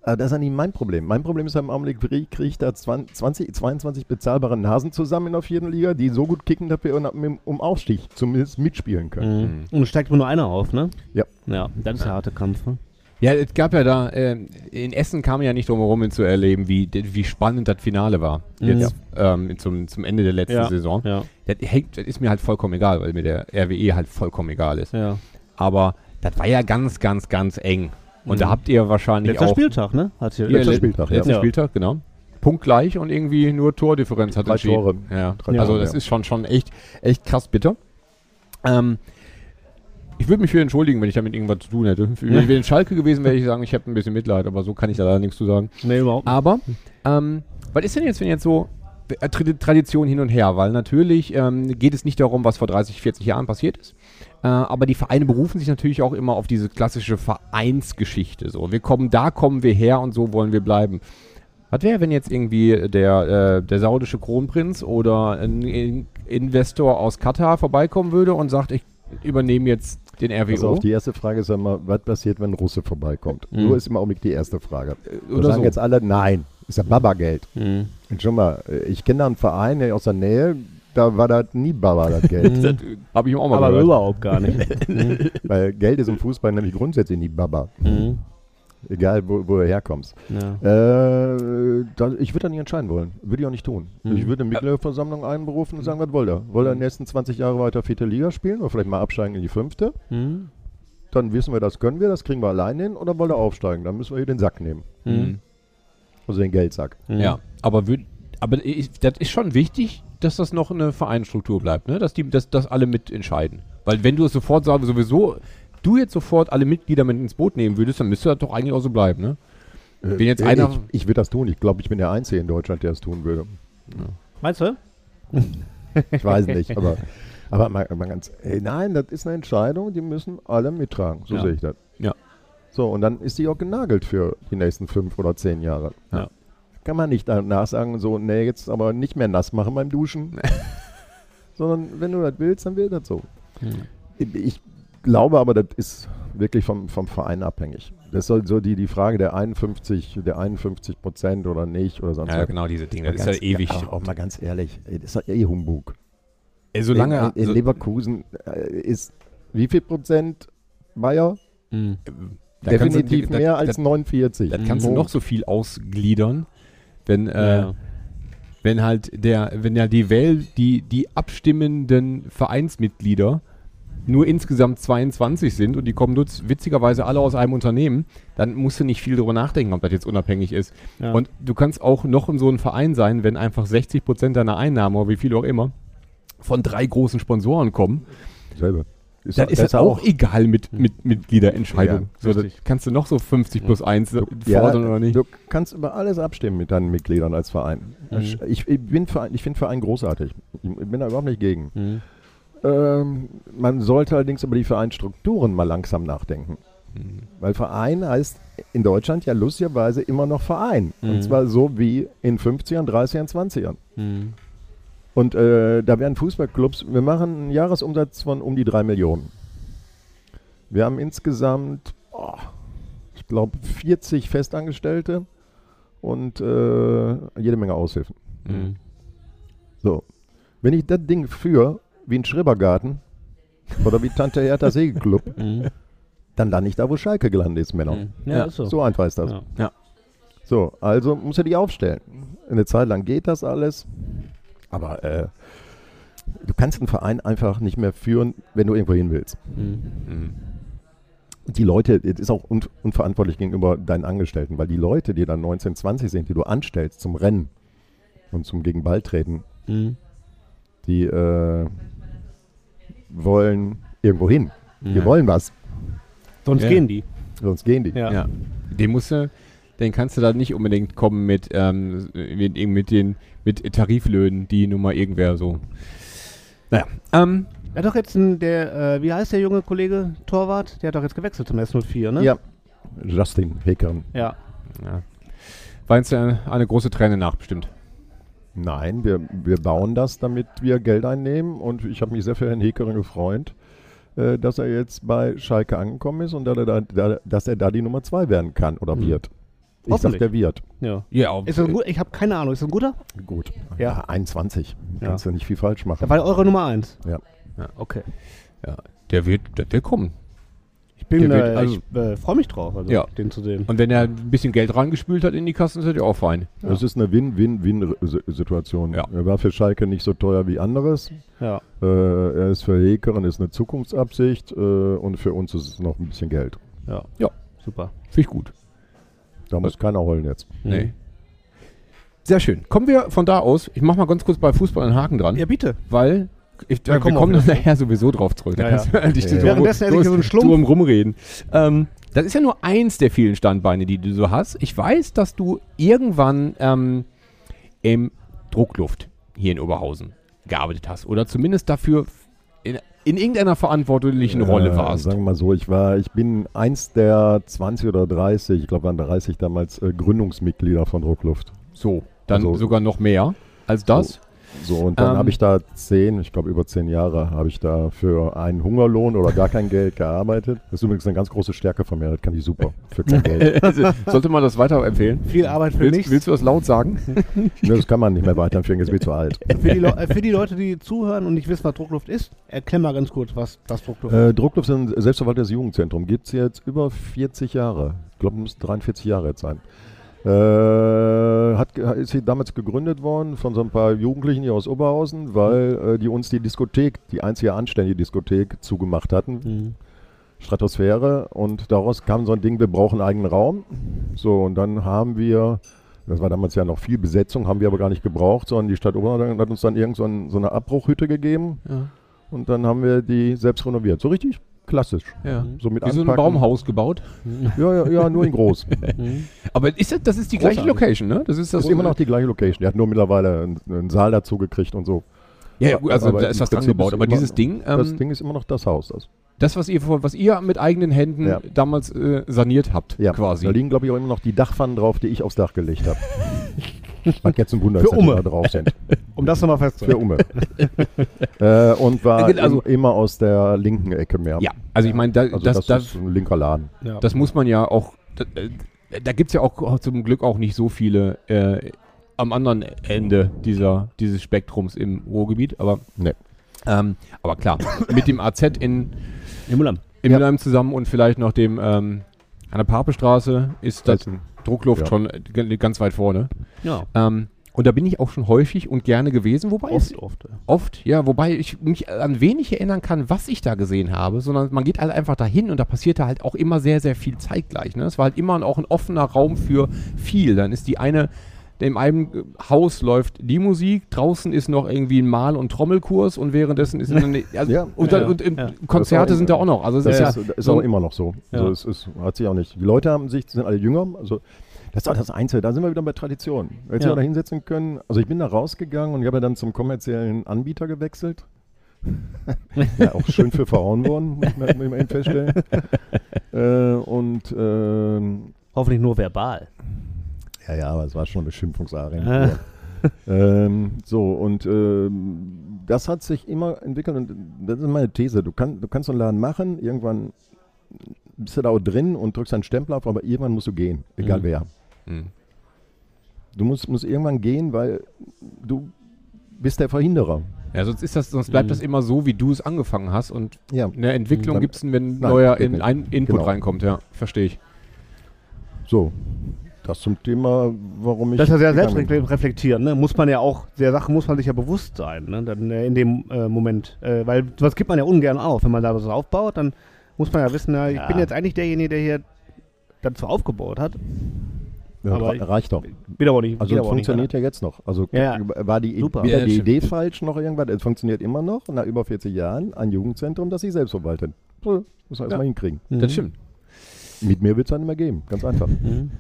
C: Aber das ist ja nicht mein Problem. Mein Problem ist im Augenblick, kriege krieg ich da 20, 20, 22 bezahlbare Nasen zusammen in der vierten Liga, die so gut kicken, dass wir um, um Aufstieg zumindest mitspielen können.
A: Und es steigt wohl nur einer auf, ne?
C: Ja.
A: Ja, das ist der harte Kampf. Ne?
B: Ja, es gab ja da, ähm, in Essen kam man ja nicht drum herum um zu erleben, wie, wie spannend das Finale war. Jetzt ähm, zum, zum Ende der letzten
A: Mhm. Ja.
B: Saison.
A: Ja,
B: Das, hängt, das ist mir halt vollkommen egal, weil mir der RWE halt vollkommen egal ist.
A: ja.
B: Aber das war ja ganz, ganz, ganz eng. Und da habt ihr wahrscheinlich
A: Mhm. Letzter
B: auch...
A: Spieltag, ne? Hat hier
B: Ja,
C: Letzter
B: le-
C: Spieltag, ja.
B: letzter
A: Ja.
B: Spieltag, genau. Punktgleich und irgendwie nur Tordifferenz hat
C: Drei
B: entschieden.
C: Tore.
B: Ja.
C: Drei
B: also
C: Tore,
B: das
C: ja.
B: ist schon, schon echt, echt krass bitter. Ähm, ich würde mich für entschuldigen, wenn ich damit irgendwas zu tun hätte. Wenn ich in Schalke gewesen wäre, ich sagen, ich habe ein bisschen Mitleid, aber so kann ich da leider nichts zu sagen.
A: Nee, überhaupt nicht.
B: Aber, ähm, was ist denn jetzt, wenn jetzt so äh, Tra- Tradition hin und her? Weil natürlich ähm, geht es nicht darum, was vor 30, 40 Jahren passiert ist. Äh, aber die Vereine berufen sich natürlich auch immer auf diese klassische Vereinsgeschichte. So, wir kommen, da kommen wir her und so wollen wir bleiben. Was wäre, wenn jetzt irgendwie der, äh, der saudische Kronprinz oder ein In Investor aus Katar vorbeikommen würde und sagt, ich übernehme jetzt den RWO?
C: Also auf die erste Frage ist ja mal, was passiert, wenn ein Russe vorbeikommt?
A: Mhm.
C: Nur ist im Augenblick die erste Frage. Da
B: Hm. Äh, oder
C: sagen
B: so. Hm.
C: jetzt alle, nein, ist ja Baba-Geld.
A: Mhm.
C: Und schon mal, äh, ich kenne da einen Verein der aus der Nähe, da war das nie Baba, das Geld.
B: das habe ich auch mal
A: Aber
B: gehört.
A: überhaupt gar nicht.
C: Weil Geld ist im Fußball nämlich grundsätzlich nie Baba.
A: mhm.
C: Egal, wo, wo du herkommst.
A: ja.
C: Äh, da, ich würde da nicht entscheiden wollen. Würde ich auch nicht tun.
A: Mhm.
C: Ich würde eine Mitgliederversammlung einberufen und sagen, was wollt ihr? Wollt ihr in den nächsten 20 Jahren weiter vierte Liga spielen oder vielleicht mal absteigen in die fünfte?
A: Mhm.
C: Dann wissen wir, das können wir, das kriegen wir allein hin. Oder wollt ihr aufsteigen? Dann müssen wir hier den Sack nehmen.
B: Mhm.
C: Also den Geldsack.
B: Ja, aber, würd, aber i- das ist schon wichtig, dass das noch eine Vereinsstruktur bleibt, ne? dass, die, dass, dass alle mitentscheiden. Weil wenn du es sofort sagst, sowieso du jetzt sofort alle Mitglieder mit ins Boot nehmen würdest, dann müsste das doch eigentlich auch so bleiben, ne? Wenn jetzt
C: Äh,
B: einer.
C: ich, ich würde das tun. Ich glaube, ich bin der Einzige in Deutschland, der es tun würde.
A: Meinst du?
C: Ich weiß nicht, aber, aber mal, mal ganz. Ey, nein, das ist eine Entscheidung, die müssen alle mittragen. So
B: Ja.
C: sehe ich das.
B: Ja.
C: So, und dann ist die auch genagelt für die nächsten fünf oder zehn Jahre.
B: Ja.
C: Kann man nicht danach sagen, so, nee, jetzt aber nicht mehr nass machen beim Duschen. Sondern wenn du das willst, dann will das so.
B: Hm.
C: Ich glaube aber, das ist wirklich vom, vom Verein abhängig. Das soll so die, die Frage der 51, der 51 Prozent oder nicht oder sonst
B: ja,
C: was.
B: genau, diese Dinge. Das ist ja
C: Ganz-
B: ewig.
C: Auch, auch mal ganz ehrlich, ey, das ist doch eh Humbug.
B: Ey, Äh, solange. also
C: in, in
B: so,
C: Leverkusen äh, ist wie viel Prozent Bayer?
B: da kannst du-
C: Definitiv
B: da-
C: mehr
B: da-
C: als 49.
B: Das kannst du
C: Oh.
B: noch so viel ausgliedern, wenn, äh,
A: Ja.
B: wenn halt der, wenn ja die Wähl, die, die abstimmenden Vereinsmitglieder nur insgesamt 22 sind und die kommen nutz, witzigerweise alle aus einem Unternehmen, dann musst du nicht viel drüber nachdenken, ob das jetzt unabhängig ist.
A: Ja.
B: Und du kannst auch noch in so einem Verein sein, wenn einfach 60 Prozent deiner Einnahmen oder wie viel auch immer von drei großen Sponsoren kommen,
C: Selber. Ist,
B: dann ist das auch, egal mit, mit Mitgliederentscheidung.
C: Ja,
B: so, das
A: richtig.
B: kannst du noch so 50 plus 1
C: ja,
B: fordern oder nicht.
C: Du kannst über alles abstimmen mit deinen Mitgliedern als Verein.
B: Mhm.
C: Ich, ich, bin Verein- ich finde Verein großartig. Ich bin da überhaupt nicht gegen.
B: Mhm.
C: Ähm, man sollte allerdings über die Vereinsstrukturen mal langsam nachdenken.
B: Mhm.
C: Weil Verein heißt in Deutschland ja lustigerweise immer noch Verein.
B: Mhm.
C: Und zwar so wie in 50ern, 30ern, 20ern.
B: Mhm.
C: Und äh, da wären Fußballclubs, wir machen einen Jahresumsatz von um die 3 Millionen. Wir haben insgesamt, oh, ich glaube, 40 Festangestellte und äh, jede Menge Aushilfen.
B: Mhm.
C: So, wenn ich das Ding für wie ein Schrebergarten oder wie Tante Hertha Segelclub, dann lande ich da, wo Schalke gelandet ist, Männer.
A: Ja, ist so.
C: So einfach ist das.
A: Mhm. Ja.
B: Ja.
C: So, also muss er dich aufstellen. Eine Zeit lang geht das alles, aber äh, du kannst einen Verein einfach nicht mehr führen, wenn du irgendwo hin willst. Und Die Leute, es ist auch un unverantwortlich gegenüber deinen Angestellten, weil die Leute, die dann 19, 20 sind, die du anstellst zum Rennen und zum Gegenballtreten, die äh, wollen irgendwo hin. Die wollen was,
A: Sonst
B: Ja.
A: gehen die.
C: sonst gehen die.
A: Ja.
B: Ja. Den musst du, den kannst du da nicht unbedingt kommen mit, ähm, mit, irgend- mit den mit Tariflöhnen, die nun mal irgendwer so. Naja. Ähm,
A: Er hat doch jetzt ein, der, äh, wie heißt der junge Kollege Torwart? Der hat doch jetzt gewechselt zum S04, ne?
C: Ja. Justin Hickern.
A: Ja.
B: weinst du eine, eine große Träne nach, bestimmt.
C: Nein, wir, wir bauen das, damit wir Geld einnehmen. Und ich habe mich sehr für Herrn Hekering gefreut, äh, dass er jetzt bei Schalke angekommen ist und dass er da, da, dass er da die Nummer zwei werden kann oder wird. Ich sag,
A: Mhm. Hoffentlich.
C: der wird.
A: ja.
B: Ja, äh, auch.
A: Ist das ein gut? Ich habe keine Ahnung. Ist das ein guter?
C: Gut.
A: Ja.
C: Ja, 21.
A: Ja.
C: Kannst du nicht viel falsch
A: Da
C: machen.
A: war eure Nummer 1.
C: Ja.
A: Okay.
B: ja, der wird, der wird kommen.
A: Ich bin,
B: Der wird-
A: äh,
B: also-
A: ich äh, freue mich drauf, also
B: Ja.
A: den zu sehen.
B: Und wenn er ein bisschen Geld reingespült hat in die Kassen, ist das ja auch fein.
C: Es ist eine Win-Win-Win-Situation.
B: Ja.
C: Er war für Schalke nicht so teuer wie anderes.
A: Ja.
C: Äh, er ist für Hekering ist eine Zukunftsabsicht äh, und für uns ist es noch ein bisschen Geld.
A: ja.
B: Ja.
A: Super.
B: Finde ich gut.
A: Äh,
C: Da muss keiner heulen jetzt.
B: Nee. Sehr schön. Kommen wir von da aus. Ich mache mal ganz kurz bei Fußball einen Haken dran,
A: Ja, bitte.
B: weil ich, äh,
A: Da
B: wir
A: kommen wir
B: kommen
A: auf jeden
B: nachher sowieso drauf zurück. Da
A: Ja,
B: kannst du eigentlich
C: Ja.
B: so
A: Währenddessen hätte ich so einen Schlumpf.
B: drum rumreden. Ähm, das ist ja nur eins der vielen Standbeine, die du so hast. Ich weiß, dass du irgendwann ähm, im Druckluft hier in Oberhausen gearbeitet hast oder zumindest dafür in, in irgendeiner verantwortlichen Rolle
C: Äh,
B: warst.
C: Sagen wir mal so, ich war, ich bin eins der 20 oder 30, ich glaube waren 30 damals äh, Gründungsmitglieder von Druckluft.
B: So, dann
C: Also-
B: sogar noch mehr als das.
C: So, und dann
B: Ähm.
C: habe ich da zehn, ich glaube über zehn Jahre, habe ich da für einen Hungerlohn oder gar kein Geld gearbeitet. Das ist übrigens eine ganz große Stärke von mir, das kann ich super. Für kein Geld.
B: Also, sollte man das weiterempfehlen?
A: Viel Arbeit für
B: Willst,
A: nichts.
B: willst du das laut sagen?
C: Ne, das kann man nicht mehr weiterführen, jetzt bin ich zu alt.
A: Für, die Leu- äh, für die Leute, die zuhören und nicht wissen, was Druckluft ist, erklär mal ganz kurz, was, was Druckluft ist.
C: Äh, Druckluft ist ein selbstverwaltetes Jugendzentrum. Gibt es jetzt über 40 Jahre. Ich glaube, müssen 43 Jahre jetzt sein. Äh, hat, ge- ist hier damals gegründet worden von so ein paar Jugendlichen hier aus Oberhausen, weil äh, die uns die Diskothek, die einzige anständige Diskothek, zugemacht hatten. Stratosphäre. Und daraus kam so ein Ding, wir brauchen einen eigenen Raum. So, und dann haben wir, das war damals ja noch viel Besetzung, haben wir aber gar nicht gebraucht, sondern die Stadt Oberhausen hat uns dann irgend so, ein, so eine Abbruchhütte gegeben. Und dann haben wir die selbst renoviert. So richtig? Klassisch.
B: Ja.
C: So mit
B: Wie so ein
C: anpacken.
B: Baumhaus gebaut.
C: Ja, ja, ja, nur in groß.
B: Aber ist das, das ist die gleiche
C: Großartig.
B: Location, ne? Das ist das
C: ist immer noch die gleiche Location. Der hat nur mittlerweile einen, einen Saal dazu gekriegt und so.
B: Ja, ja, gut, also
C: Aber
B: da
C: im
B: ist was dran
C: Prinzip
B: gebaut.
C: ist
B: Aber
C: immer-
B: dieses Ding, ähm,
C: das Ding ist immer noch das Haus. Also, Das.
B: das, was ihr, was ihr mit eigenen Händen
C: Ja.
B: damals äh, saniert habt,
C: Ja, Da
B: quasi.
C: liegen, glaube ich, auch immer noch die Dachpfannen drauf, die ich aufs Dach gelegt habe. Was jetzt ein Wunder
A: Für
C: ist, dass die
A: Umme.
C: da drauf sind.
A: Um das nochmal
C: Für
A: festzuhalten.
C: Umme. äh, und war
B: Also-
C: im, immer aus der linken Ecke mehr.
B: Ja, also ich meine, da,
C: Also
B: das,
C: das,
B: das,
C: ist ein linker Laden.
A: Ja.
B: Das muss man ja auch. Da, äh, da gibt es ja auch zum Glück auch nicht so viele äh, am anderen Ende dieser, dieses Spektrums im Ruhrgebiet. Aber,
C: Nee.
B: ähm, aber klar, mit dem AZ in,
A: Im Ulam.
B: in
C: Ja.
B: Mülheim zusammen und vielleicht noch dem ähm, an der Papestraße ist das
C: Essen.
B: Druckluft
C: Ja.
B: schon äh, g- ganz weit vorne.
A: Ja.
B: Ähm, und da bin ich auch schon häufig und gerne gewesen, wobei es
A: Äh, Oft, oft. ja.
B: Oft, ja, wobei ich mich an wenig erinnern kann, was ich da gesehen habe, sondern man geht halt einfach dahin und da passierte halt auch immer sehr, sehr viel zeitgleich. Ne? Es war halt immer auch ein offener Raum für viel. Dann ist die eine, im einem äh, Haus läuft die Musik, draußen ist noch irgendwie ein Mal- und Trommelkurs und währenddessen ist dann, also,
C: Ja,
B: und, dann,
A: ja,
B: und, und
A: ja.
B: Konzerte
C: Das war
B: sind da auch noch. Also es
C: Das
B: ist ja,
C: ist, ist
B: so,
C: auch immer noch so.
A: Ja.
C: Also es ist, hat sich auch nicht. Die Leute haben sich, sind alle jünger. Also das ist auch das Einzige. Da sind wir wieder bei Tradition. Wenn
A: Ja.
C: wir da hinsetzen können. Also ich bin da rausgegangen und ich habe ja dann zum kommerziellen Anbieter gewechselt. ja, auch schön für verhauen worden, muss ich mal- muss ich mal eben feststellen. äh, und ähm,
A: Hoffentlich nur verbal.
C: ja, ja, aber es war schon eine Beschimpfungsarena.
A: Ah.
C: ähm, so, und ähm, das hat sich immer entwickelt und das ist meine These. Du, kann, du kannst so einen Laden machen, irgendwann bist du da auch drin und drückst deinen Stempel auf, aber irgendwann musst du gehen, egal
B: Mhm.
C: wer.
B: Mhm.
C: Du musst, musst irgendwann gehen, weil du bist der Verhinderer.
B: ja, sonst also ist das, sonst bleibt
A: Mhm.
B: das immer so, wie du es angefangen hast und
C: Ja.
B: eine Entwicklung
C: Mhm, Dann-
B: gibt es, wenn
C: Nein,
B: neuer
C: geht
B: in,
C: nicht.
B: ein Input
C: Genau.
B: reinkommt, ja, verstehe ich.
C: So, das zum Thema, warum ich.
A: Das ist ja sehr
C: gegangen bin.
A: selbstreflektierend, ne? Muss man ja auch, der Sache muss man sich ja bewusst sein, ne? Dann, äh, in dem äh, Moment. Äh, weil was gibt man ja ungern auf. Wenn man da was aufbaut, dann muss man ja wissen, na, ich
C: Ja.
A: bin jetzt eigentlich derjenige, der hier dazu aufgebaut hat.
C: Ja,
A: aber
C: re- reicht doch.
A: Bin aber auch nicht.
C: Also
A: geht
C: es
A: aber auch nicht,
C: funktioniert ja jetzt noch. Also
A: Ja, ja.
C: war die,
A: Super.
C: weder
B: Ja,
C: die
B: stimmt.
C: Idee falsch noch irgendwas. Es funktioniert immer noch nach über 40 Jahren ein Jugendzentrum, das sich selbst verwaltet. So, Muss man erstmal hinkriegen.
A: oder?
B: Das stimmt.
C: Mit mir wird es dann nicht mehr geben. Ganz einfach.
A: Mhm.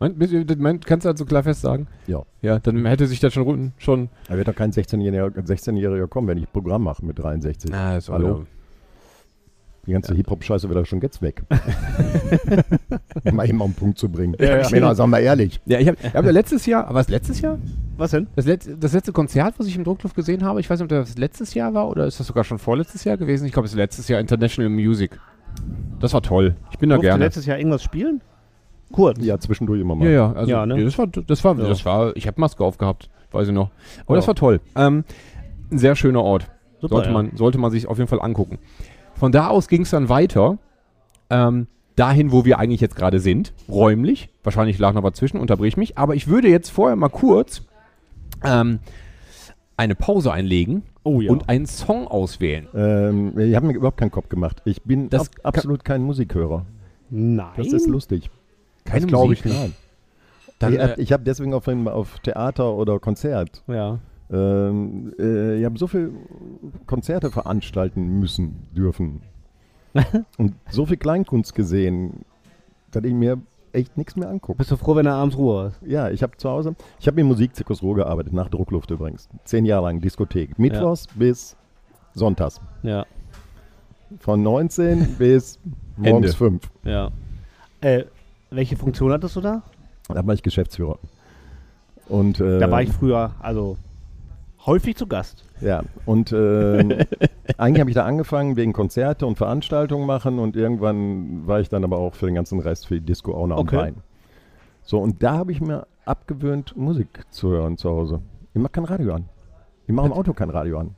B: Meint- bist du- meint- kannst du halt so klar fest sagen?
C: ja.
B: Ja, dann hätte sich das schon runden. Schon.
C: Da wird doch kein 16-Jähriger 16 kommen, wenn ich Programm mache mit 63.
B: Ah,
C: Hallo? Die ganze Hip-Hop-Scheiße wird doch schon jetzt weg. um mal eben auf den Punkt zu bringen.
B: Ja, ja.
C: Männer, sagen wir ehrlich.
B: Ja, ich habe hab ja letztes Jahr, war es letztes Jahr?
A: Was denn?
B: Das letzte, das letzte Konzert, was ich im Druckluft gesehen habe, ich weiß nicht, ob das letztes Jahr war oder ist das sogar schon vorletztes Jahr gewesen? Ich glaube, es ist letztes Jahr International Music. Das war toll. Ich bin da
A: Durfte
B: gerne.
A: letztes Jahr irgendwas spielen? Kurz.
C: Ja, zwischendurch immer mal.
B: Ja, ja, also
A: Ja, ne?
B: ja, das war, das war, das war, ich habe Maske aufgehabt, weiß ich noch. Aber das
A: Ja.
B: war toll. Ähm, ein sehr schöner Ort.
A: Super,
B: sollte,
A: ja.
B: man, sollte man sich auf jeden Fall angucken. Von da aus ging es dann weiter, ähm, dahin, wo wir eigentlich jetzt gerade sind, räumlich. Wahrscheinlich lag noch was zwischen, unterbrich mich. Aber ich würde jetzt vorher mal kurz ähm, eine Pause einlegen
A: Oh ja.
B: und einen Song auswählen.
C: Ähm, ich habe mir überhaupt keinen Kopf gemacht. Ich bin
B: Das
C: ab, absolut kein Musikhörer.
A: Nein.
C: Das ist lustig.
B: Keine
C: das glaube ich
B: Musik?
C: nicht.
B: Dann,
C: ich hab-
B: äh,
C: ich habe deswegen auf, auf Theater oder Konzert.
A: äh, ja.
C: Ähm, äh, ich habe so viel Konzerte veranstalten müssen, dürfen. Und so viel Kleinkunst gesehen, dass ich mir echt nichts mehr angucke.
A: Bist du froh, wenn er abends Ruhe ist?
C: Ja, ich habe zu Hause, ich habe im Musikzirkus Ruhr gearbeitet, nach Druckluft übrigens. Zehn Jahre lang Diskothek. Mittwochs bis Sonntags.
A: Ja.
C: Von 19 bis morgens
B: Ende.
C: 5.
A: Ja. Äh, welche Funktion hattest du da?
C: Da war ich Geschäftsführer. Und, äh,
A: Da war ich früher, also häufig zu Gast.
C: Ja, und ähm, eigentlich habe ich da angefangen wegen Konzerte und Veranstaltungen machen und irgendwann war ich dann aber auch für den ganzen Rest für die Disco auch noch
A: Okay.
C: am Bein. So, und da habe ich mir abgewöhnt, Musik zu hören zu Hause. Ich mache kein Radio an. Ich mache im Auto kein Radio an.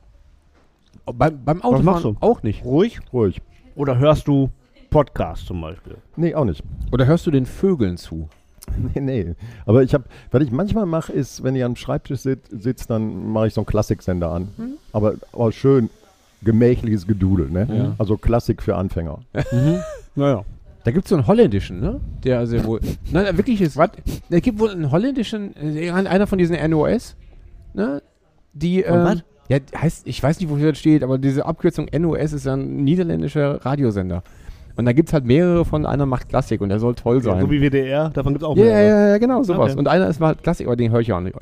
B: beim, beim
A: machst
B: Autofahren
A: du?
B: auch nicht.
A: Ruhig.
C: Ruhig.
A: Oder hörst du Podcast zum Beispiel?
C: Nee, auch nicht.
B: Oder hörst du den Vögeln zu?
C: Nee, nee. Aber ich habe, was ich manchmal mache, ist, wenn ich am Schreibtisch sitze, sitz, dann mache ich so einen Klassiksender an. Aber, aber schön gemächliches Gedudel, ne? Also Klassik für Anfänger.
A: Naja.
B: Da gibt es so einen holländischen, ne? Der sehr wohl. Nein, wirklich ist. Was? Da gibt wohl einen holländischen, äh, einer von diesen NOS, ne? Die.
A: Von
B: ähm,
A: was?
B: Ja, heißt, ich weiß nicht, wofür das steht, aber diese Abkürzung NOS ist ja ein niederländischer Radiosender. Und da gibt es halt mehrere von, einer macht Klassik und der soll toll sein.
A: So wie WDR, davon gibt es auch
B: Ja,
C: ne?
A: mehrere.
B: ja, ja, genau, sowas.
A: Okay.
B: Und einer ist mal Klassik, aber den höre ich auch nicht.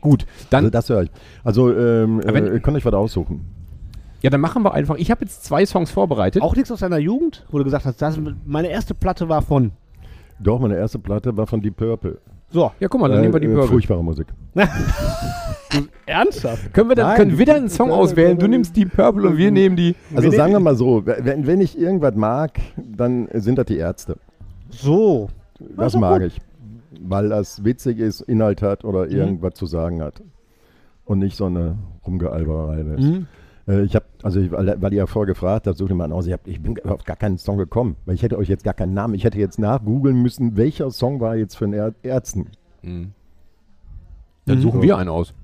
B: Gut,
C: Also
B: dann,
C: das höre ich. Also ähm,
B: Aber wenn-
C: äh, könnt euch was aussuchen.
B: ja, dann machen wir einfach. Ich habe jetzt zwei Songs vorbereitet.
A: Auch nichts aus deiner Jugend, wo du gesagt hast, das, meine erste Platte war von.
C: Doch, meine erste Platte war von Deep Purple.
A: So,
B: ja, guck mal, dann nehmen wir die
C: äh,
B: Purple.
C: Furchtbare Musik.
A: ernsthaft?
B: Können wir dann,
C: Nein.
B: können wir dann einen Song auswählen? Du nimmst die Purple und wir nehmen die.
C: Also sagen wir mal so, wenn, wenn ich irgendwas mag, dann sind das die Ärzte.
A: So.
B: Ah,
C: Das
A: doch
C: mag
A: gut.
C: ich. Weil das witzig ist, Inhalt hat
B: Mhm.
C: oder irgendwas zu sagen hat. Und nicht so eine Rumgealberei. ist.
B: Mhm.
C: Äh, Ich habe, also ich, weil weil ihr ja vorher gefragt habt, sucht ihr mal aus. Ich, hab, ich bin auf gar keinen Song gekommen, weil ich hätte euch jetzt gar keinen Namen. Ich hätte jetzt nachgoogeln müssen, welcher Song war jetzt für den Ärzten.
B: Dann suchen wir einen aus.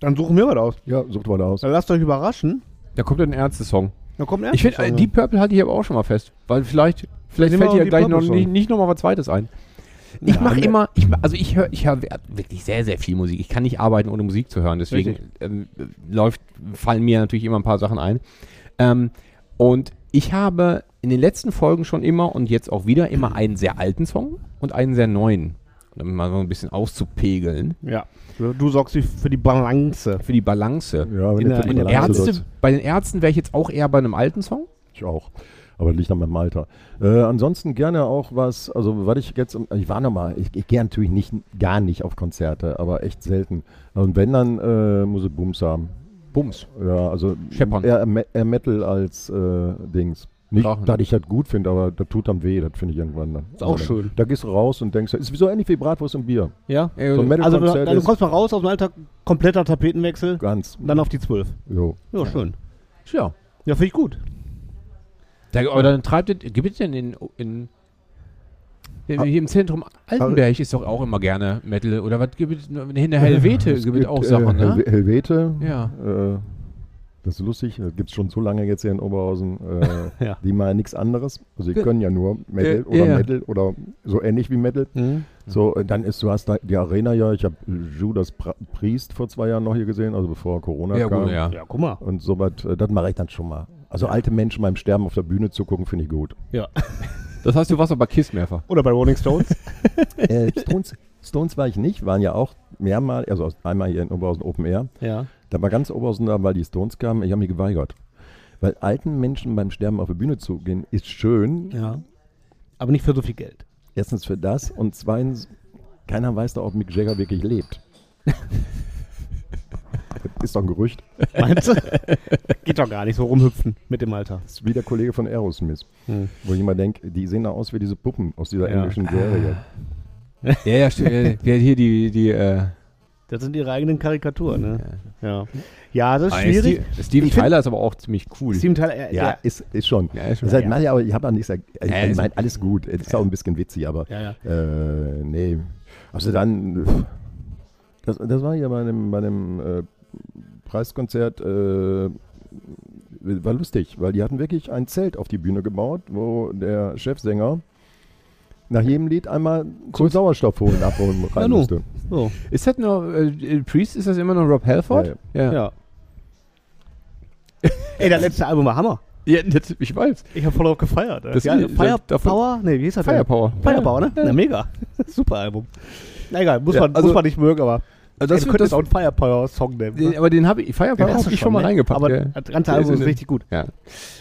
A: Dann suchen wir was aus.
C: Ja, sucht mal aus.
A: Dann lasst euch überraschen.
B: Da kommt dann ein Ärzte-Song.
A: Dann kommt ein
B: Ich finde, äh,
A: Ärzte-Song.
B: Deep Purple hatte ich aber auch schon mal fest. Weil vielleicht, vielleicht
A: Nehmen wir
B: fällt dir ja
A: auch
B: gleich
A: Deep
B: noch
A: Purple
B: nicht,
A: Song.
B: nicht nochmal was Zweites ein. Ich
A: Ja,
B: mache
A: ne.
B: immer, ich, ma- also ich höre ich hör wirklich sehr, sehr viel Musik. Ich kann nicht arbeiten, ohne Musik zu hören. Deswegen ähm, läuft, fallen mir natürlich immer ein paar Sachen ein. Ähm, und ich habe in den letzten Folgen schon immer und jetzt auch wieder immer einen sehr alten Song und einen sehr neuen. Um mal so ein bisschen auszupegeln.
A: Ja. Du du sorgst dich für die Balance.
B: Für die Balance.
C: Ja, wenn
A: In
C: ihr
A: der-
C: für die
A: in der
C: Balance
B: Ärzte,
C: sorgt.
B: bei den Ärzten wäre ich jetzt auch eher bei einem alten Song.
C: Ich auch. Aber liegt an meinem Alter. Äh, ansonsten gerne auch was, also was ich jetzt, ich war nochmal, ich, ich gehe natürlich nicht, gar nicht auf Konzerte, aber echt selten. Und wenn, dann äh, muss ich Booms haben.
B: Bums.
C: Ja, also
B: Scheppern.
C: eher, Me- eher Metal als äh, Dings. Nicht,
B: Krachen.
C: dass ich das gut finde, aber das tut dann weh, das finde ich irgendwann dann.
A: auch
C: Aber dann-
A: schön.
C: Da gehst du raus und denkst, ist so ähnlich wie Bratwurst und Bier.
B: Ja.
C: So ein
A: Also du,
C: Metal-Konzert
A: du
C: ist
A: kommst mal raus aus dem Alltag, kompletter Tapetenwechsel,
C: ganz.
A: dann auf die 12.
C: Jo.
A: Ja, schön.
B: ja.
A: Ja, finde ich gut.
B: Da, aber dann treibt es, gibt es denn in, in hier im Zentrum Altenberg ist doch auch immer gerne Metal oder was gibt es in der Helvete gibt es auch
C: äh,
B: Sachen, ne?
C: Helve- Helvete.
B: Ja.
C: Äh, das ist lustig, das gibt es schon so lange jetzt hier in Oberhausen. Äh,
A: Ja.
C: Die machen nichts anderes. Also die
B: Ja.
C: können ja nur Metal
B: Ja,
C: oder
B: ja, ja.
C: Metal oder so ähnlich wie Metal.
B: Mhm.
C: So, äh, dann ist, du hast da die Arena ja, ich habe Judas Pra- Priest vor zwei Jahren noch hier gesehen, also bevor Corona
B: Ja,
C: kam.
B: gut, ja.
A: Ja, guck mal.
C: Und so was, äh, das mache ich dann schon mal. Also alte Menschen beim Sterben auf der Bühne zugucken, finde ich gut.
A: Ja.
B: Das heißt, du warst aber Kiss mehrfach.
A: Oder bei Rolling Stones.
C: äh, Stones, Stones war ich nicht, waren ja auch mehrmal, also aus- einmal hier in Oberhausen Open Air.
A: ja.
C: Da war ganz Oberhausen da, weil die Stones kamen. Ich habe mich geweigert. Weil alten Menschen beim Sterben auf die Bühne zu gehen, ist schön.
A: Ja. Aber nicht für so viel Geld.
C: Erstens für das und zweitens, keiner weiß doch, ob Mick Jagger wirklich lebt. ist doch ein Gerücht.
A: Meinst du? Geht doch gar nicht so rumhüpfen mit dem Alter.
C: Das ist wie der Kollege von Aerosmith. Wo ich immer denke, die sehen da aus wie diese Puppen aus dieser
A: Ja.
C: englischen Serie.
B: Ja, ja, stimmt. Ja, ja, hier die, die, äh,
A: Das sind ihre eigenen Karikaturen, ne? Ja. Ja, das ist
B: Ste-
A: schwierig.
B: Steven
A: Ich find-
B: Tyler ist aber auch ziemlich cool.
A: Steven Tyler, äh,
C: Ja,
A: ja.
C: Ist, ist schon.
B: Ja, ist schon.
C: Ist halt,
A: Ja.
C: Mann, ja, aber ich habe auch nichts. Ich, ich
B: Ja, ist-
C: meine, alles gut. Es ist auch ein bisschen witzig, aber
A: Ja,
C: Äh, nee. Also dann, pff, das, das war ja bei einem, bei einem äh, Preiskonzert, äh, war lustig, weil die hatten wirklich ein Zelt auf die Bühne gebaut, wo der Chefsänger nach jedem Lied einmal zum Sauerstoff holen, abholen rein
A: nu.
C: musste.
A: So.
B: Ist das noch, äh, Priest, ist das immer noch Rob Halford?
A: Ja. Ey, das letzte Album war Hammer.
B: Ja, das, ich weiß.
A: Ich habe voll drauf gefeiert.
B: Das-
A: ja,
B: das-
A: Firepower?
B: davon-
A: nee, wie hieß das denn?
B: Firepower.
A: Firepower, ne? Na, mega. Super Album. Na egal, muss,
B: Ja,
A: man,
B: also-
A: muss man nicht mögen, aber
B: Also
A: ey, du könntest auch einen Firepower-Song nehmen.
B: Den, aber den habe ich, Firepower
A: Den hast
B: habe
A: du
B: ich schon mal
A: ne?
B: reingepackt.
A: Aber
B: ja.
A: das ganze
B: Der
A: Album
B: in
A: ist
B: den-
A: richtig gut.
B: Ja.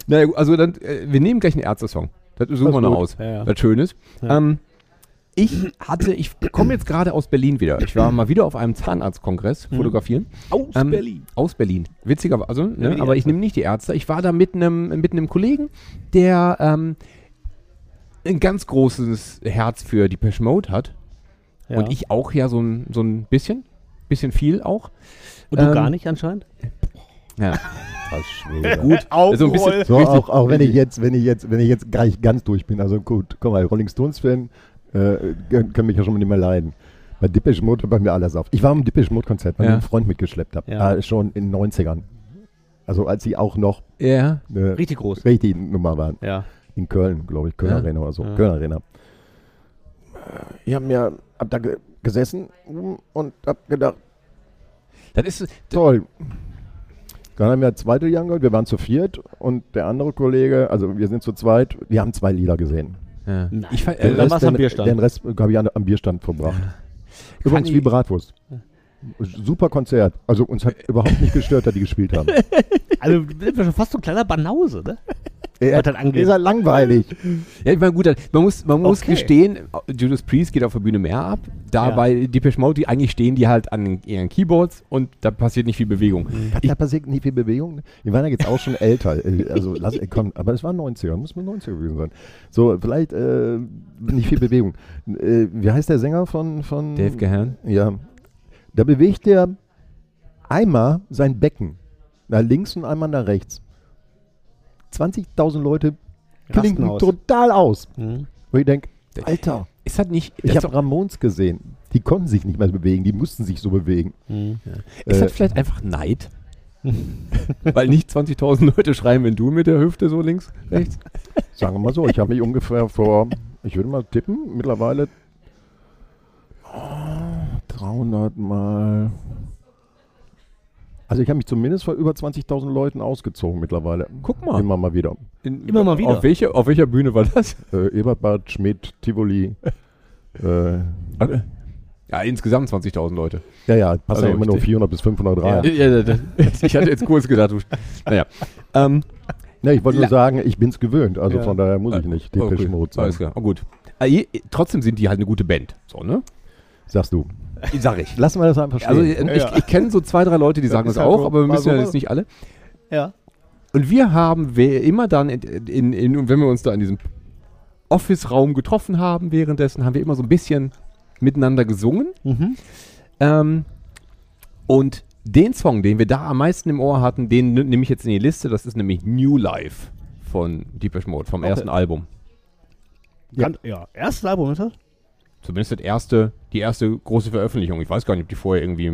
B: Naja, gut, also dann, äh, wir nehmen gleich einen Ärzte-Song. Das suchen wir noch
A: gut.
B: aus.
A: Ja, ja.
B: Was Schönes. Ähm, ich hatte, ich komme jetzt gerade aus Berlin wieder. Ich war mal wieder auf einem Zahnarztkongress fotografieren.
A: Mhm. Aus
B: Ähm, Aus Berlin. Witzigerweise, also, ne,
A: die
B: aber ich
A: Ärzte.
B: nehme nicht die Ärzte. Ich war da mit einem mit einem Kollegen, der ähm, ein ganz großes Herz für die Mode hat.
A: Ja.
B: Und ich auch ja so ein, so ein bisschen. Bisschen viel auch.
A: Und du
B: ähm,
A: gar nicht anscheinend?
B: Ja.
C: Das schwöre.
B: Gut. Also ein bisschen,
C: So,
B: richtig-
C: auch, auch wenn ich jetzt, wenn ich jetzt, wenn ich jetzt gleich ganz durch bin. Also gut, komm mal, Rolling Stones-Fan äh, können können mich ja schon mal nicht mehr leiden. Bei Dippisch Mode hört bei mir alles auf. Ich war am Dippisch Mode-Konzert, weil
B: Ja.
C: ich einen Freund mitgeschleppt habe.
A: Ja.
C: Ah, schon in den 90ern. Also als sie auch noch
B: Ja.
C: eine
A: Richtig groß.
C: richtige Nummer waren.
A: Ja.
C: In Köln, glaube ich. Köln
B: Ja.
C: Arena oder so.
A: Ja.
C: Köln Arena. Äh, Ich habe mir hab da ge- gesessen und habe gedacht,
B: Das ist,
C: toll. Dann haben wir das zweite Lied angehört, wir waren zu viert und der andere Kollege, also wir sind zu zweit, wir haben zwei Lieder gesehen.
B: Ja. Ich, fa-
A: Dann
B: äh,
A: war's am Bierstand.
C: Den Rest habe ich an, am Bierstand verbracht. Übrigens
B: ich-
C: wie Bratwurst. Super Konzert. Also uns hat überhaupt nicht gestört, dass die gespielt haben.
A: Also sind wir schon fast so ein kleiner Banause, ne?
C: Er,
A: Was das angeht.
C: Ihr seid langweilig.
B: ja, ich meine, gut, man muss, man muss
A: Okay.
B: gestehen, Judas Priest geht auf der Bühne mehr ab. Da
A: Ja.
B: bei Depeche Mode, die eigentlich stehen die halt an ihren Keyboards und da passiert nicht viel Bewegung.
C: da passiert nicht viel Bewegung. Wir waren ja jetzt auch schon älter. Äh, Also lass, äh, komm, aber es war 90er, muss man 90er gewesen sein. So, vielleicht äh, nicht viel Bewegung. Äh, wie heißt der Sänger von, von
B: Dave Gehan.
C: Ja. Da bewegt der einmal sein Becken. Nach links und einmal nach rechts. 20.000 Leute
A: Rasten
C: klinken
A: aus.
C: total aus.
A: Mhm.
C: Wo ich denke, Alter,
B: Ist das nicht.
C: ich
B: das ist,
C: habe Ramones gesehen. Die konnten sich nicht mehr bewegen, die mussten sich so bewegen.
A: Mhm.
C: Äh,
B: doch- ist das vielleicht einfach Neid? äh, Weil nicht 20.000 Leute schreien, wenn du mit der Hüfte so links, rechts.
C: Sagen wir mal so, ich habe mich ungefähr vor, ich würde mal tippen, mittlerweile oh, 300 mal. Also ich habe mich zumindest vor über 20.000 Leuten ausgezogen mittlerweile.
B: Guck mal.
C: Immer mal wieder.
B: In-
A: Immer mal wieder.
B: Auf, welche, auf welcher Bühne war das?
C: Äh, Ebertbad, Schmidt, Tivoli. äh,
B: Ja, insgesamt 20.000 Leute.
C: ja, ja, passen
B: Also,
C: ja immer nur
B: ich-
C: 400 bis 500 rein.
B: Ja, ja, das- ich hatte jetzt kurz gedacht, du. Naja. Ähm,
C: Ne, ich wollte
B: La-
C: nur sagen, ich bin's gewöhnt, also von daher muss ich nicht den
B: okay.
C: Mode
B: Alles klar.
C: sagen.
B: Oh, gut. Ah, je- Trotzdem sind die halt eine gute Band. So, ne?
C: Sagst du.
B: Sag ich.
C: Lassen wir das einfach stehen.
B: Also ich, ich, ich kenne so zwei, drei Leute, die sagen
C: ist
B: das
C: halt
B: auch,
C: so-
B: aber wir
C: war
B: müssen
C: so
B: ja
C: war-
B: jetzt nicht alle.
A: Ja.
B: Und wir haben we- immer dann, in, in, in, und wenn wir uns da in diesem Office-Raum getroffen haben, währenddessen haben wir immer so ein bisschen miteinander gesungen.
C: Mhm.
B: Ähm, und den Song, den wir da am meisten im Ohr hatten, den n- nehme ich jetzt in die Liste. Das ist nämlich New Life von Deepesh Mode, vom ersten Album.
A: Ja. Kann, ja. Erstes Album, ist das?
B: Zumindest das erste, die erste große Veröffentlichung. Ich weiß gar nicht, ob die vorher irgendwie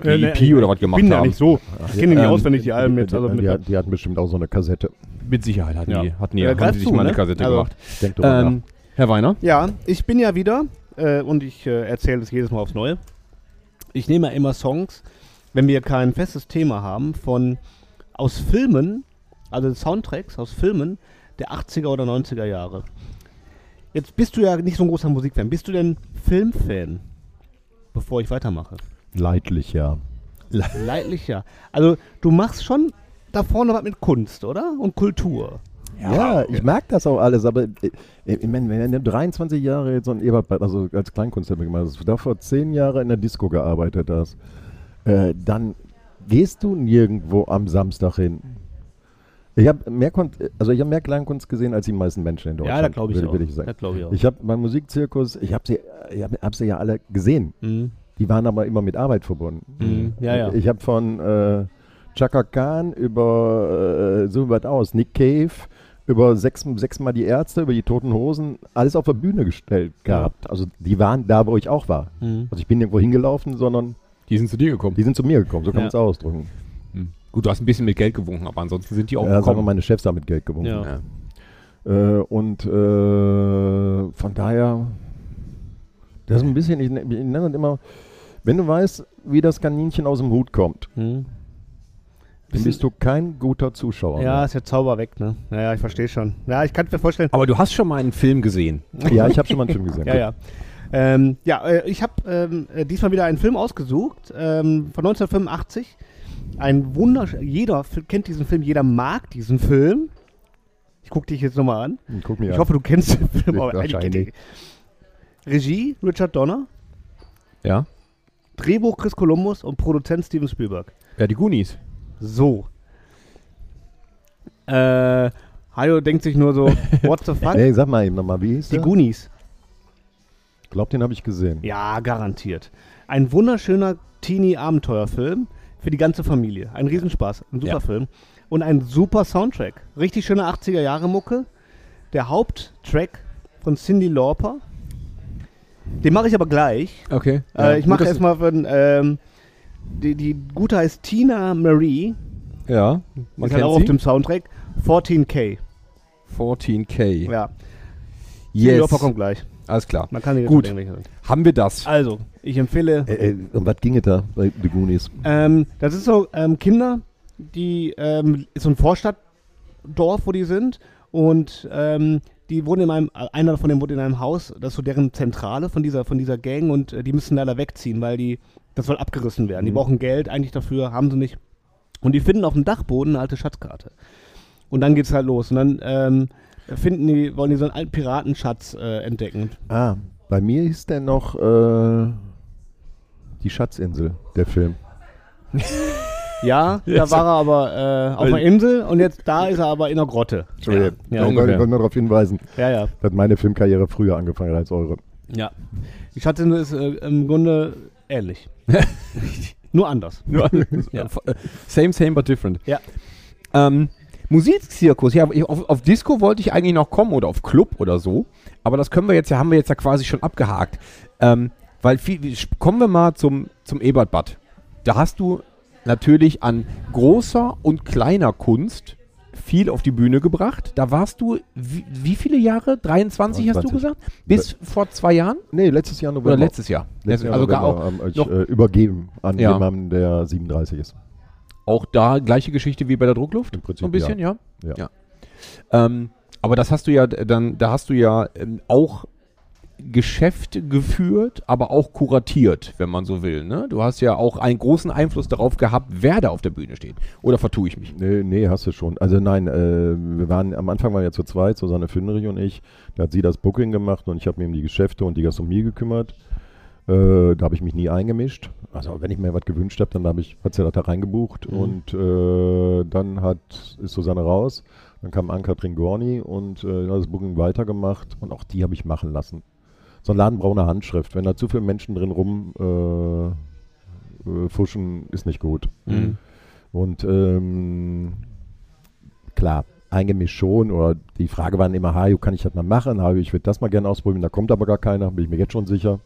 B: eine
A: ne,
B: EP
A: ich-
B: oder was gemacht
A: bin ja
B: haben.
A: nicht so. Ich kenne die
B: Ähm,
A: auswendig, die Alben jetzt.
C: die,
A: Also
C: die,
A: mit,
C: hat- die hatten bestimmt auch so eine Kassette.
B: Mit Sicherheit hatten
A: Ja.
B: die, hatten die,
A: Ja,
B: haben
A: greif
B: die sich
A: zu,
B: mal eine
A: ne?
B: Kassette
A: Also-
B: gemacht.
C: Denkt drüber nach.
B: Ähm, Herr Weiner?
A: ja, ich bin ja wieder äh, und ich äh, erzähle es jedes Mal aufs Neue. Ich nehme ja immer Songs, wenn wir kein festes Thema haben, von aus Filmen, also Soundtracks aus Filmen der 80er oder 90er Jahre. Jetzt bist du ja nicht so ein großer Musikfan. Bist du denn Filmfan? Bevor ich weitermache.
C: Leidlich, ja.
A: Leidlich ja. Also du machst schon da vorne was mit Kunst, oder? Und Kultur.
C: Ja, ich mag das auch alles, aber äh, ich meine, wenn du 23 Jahre jetzt so ein Ebert, also als Kleinkunstler gemacht hast, da vor 10 Jahren in der Disco gearbeitet hast, äh, dann gehst du nirgendwo am Samstag hin. Ich habe mehr, Kon- also ich hab mehr Kleinkunst gesehen als die meisten Menschen in Deutschland.
A: Ja, da glaube ich,
C: würde-
A: auch.
C: würde ich sagen.
A: Da glaube ich auch.
C: Ich habe beim Musikzirkus, ich habe sie, ich hab, hab sie ja alle gesehen.
A: Mhm.
C: Die waren aber immer mit Arbeit verbunden.
A: Ja, ja.
C: Ich habe von äh, Chaka Khan über äh, so weit aus, Nick Cave, über sechs, sechsmal die Ärzte, über die Toten Hosen, alles auf der Bühne gestellt gehabt. Also die waren da, wo ich auch war.
A: Mhm.
C: Also ich bin nirgendwo hingelaufen, sondern
B: Die sind zu dir gekommen.
C: die sind zu mir gekommen, so kann
A: Ja.
C: man es ausdrücken.
B: Gut, du hast ein bisschen mit Geld gewunken, aber ansonsten sind die auch
C: Ja, das haben
B: gekommen.
C: meine Chefs damit Geld gewonnen.
A: Ja.
B: Ja.
C: Äh, und äh, von daher, das ist ein bisschen, ich, ich nenne das immer, wenn du weißt, wie das Kaninchen aus dem Hut kommt,
A: Mhm.
C: dann bist du kein guter Zuschauer.
A: Ja, ist ja Zauber weg, ne? Naja, ich verstehe schon. Ja, ich kann mir vorstellen.
B: Aber du hast schon mal einen Film gesehen.
C: mehr. ja ich habe schon mal einen Film gesehen.
A: Ja, ja. Ähm, ja, äh, ich habe ähm, äh, diesmal wieder einen Film ausgesucht ähm, von 1985. Ein wundersch... Jeder f- kennt diesen Film, jeder mag diesen Film. Ich gucke dich jetzt nochmal an.
C: Guck mir
A: Ich
C: an.
A: hoffe, du kennst den Film.
C: Ja,
A: aber eigentlich kennt
C: wahrscheinlich.
A: ihr- Regie Richard Donner,
B: Ja.
A: Drehbuch Chris Columbus und Produzent Steven Spielberg.
B: Ja, die Goonies.
A: So. Äh, Hajo denkt sich nur so, what the fuck?
C: Ey, sag mal eben nochmal, wie hieß
A: Die
C: der?
A: Goonies.
C: Ich glaube, den habe ich gesehen.
A: Ja, garantiert. Ein wunderschöner Teenie-Abenteuerfilm für die ganze Familie. Ein Riesenspaß, ein super
B: Ja.
A: Film. Und ein super Soundtrack. Richtig schöne 80er-Jahre-Mucke. Der Haupttrack von Cindy Lauper. Den mache ich aber gleich.
B: Okay.
A: äh, ich mache erstmal von. Ähm, die, die gute heißt Tina Marie.
B: Ja. Man
A: ist halt auch auf dem Soundtrack. 14K.
B: 14K.
A: Ja. Cindy
B: Yes.
A: Lauper kommt gleich.
B: Alles klar.
A: Man kann die
B: Gut.
A: jetzt nicht sehen.
B: Haben wir das?
A: Also, ich empfehle,
C: Äh, äh, um was ging es da bei The Goonies?
A: ähm, das ist so, ähm, Kinder die ähm, ist so ein Vorstadtdorf, wo die sind. Und ähm, die wohnen in einem, einer von denen wohnt in einem Haus, das ist so deren Zentrale von dieser, von dieser Gang und äh, die müssen leider wegziehen, weil die, das soll abgerissen werden. Die brauchen Geld eigentlich dafür, haben sie nicht. Und die finden auf dem Dachboden eine alte Schatzkarte. Und dann geht's halt los. Und dann ähm, finden die, wollen die so einen alten Piratenschatz äh, entdecken.
C: Ah, bei mir ist der noch äh, die Schatzinsel, der Film.
A: Ja, da war er aber äh, auf einer Insel und jetzt da ist er aber in einer Grotte.
C: Entschuldigung,
A: ja,
C: ich wollte
B: ungefähr.
C: wollte nur darauf hinweisen,
A: Ja, ja.
C: dass meine Filmkarriere früher angefangen hat als eure.
A: Ja. Die Schatzinsel ist äh, im Grunde ähnlich. Nur anders.
B: Nur- Äh, Same, same, but different.
A: Ja.
B: Ähm, Musikzirkus, ja, ich- auf, auf Disco wollte ich eigentlich noch kommen oder auf Club oder so, aber das können wir jetzt, ja, haben wir jetzt ja quasi schon abgehakt. Ähm, weil viel, wie- kommen wir mal zum, zum Ebertbad. Da hast du natürlich an großer und kleiner Kunst viel auf die Bühne gebracht. Da warst du, wie, wie viele Jahre? 23 hast du
C: 23.
B: gesagt? Bis vor zwei Jahren?
C: Nee, letztes Jahr November.
B: Oder letztes Jahr?
C: Genau. letztes Jahr
B: also gar
C: November
B: auch,
C: haben euch,
B: noch-
C: äh, übergeben an
B: Ja.
C: jemanden, der 37 ist.
B: auch da gleiche Geschichte wie bei der Druckluft?
C: Im Prinzip,
B: so ein bisschen, ja.
C: Ja.
B: Ja. Ähm, aber das hast du ja d- dann, da hast du ja ähm, auch Geschäfte geführt, aber auch kuratiert, wenn man so will. Ne? Du hast ja auch einen großen Einfluss darauf gehabt, wer da auf der Bühne steht. Oder vertue ich mich?
C: Nee, nee, hast du schon. Also nein, äh, wir waren am Anfang waren wir zu zweit, Susanne Fünderich und ich. Da hat sie das Booking gemacht und ich habe mir um die Geschäfte und die Gastronomie gekümmert. Äh, da habe ich mich nie eingemischt. Also wenn ich mir was gewünscht habe, dann habe ich hat sie das da reingebucht und äh, dann hat ist Susanne raus. Dann kam Ann-Kathrin Gorni und äh, hat das Booking weitergemacht und auch die habe ich machen lassen. So ein Laden braucht eine Handschrift. Wenn da zu viele Menschen drin rum äh, äh, fuschen, ist nicht gut.
A: Mhm.
B: Mhm.
C: Und ähm, klar, eingemischt schon. Oder die Frage waren immer, Hajo, kann ich das mal machen? Hajo, ich würde das mal gerne ausprobieren. Da kommt aber gar keiner, bin ich mir jetzt schon sicher.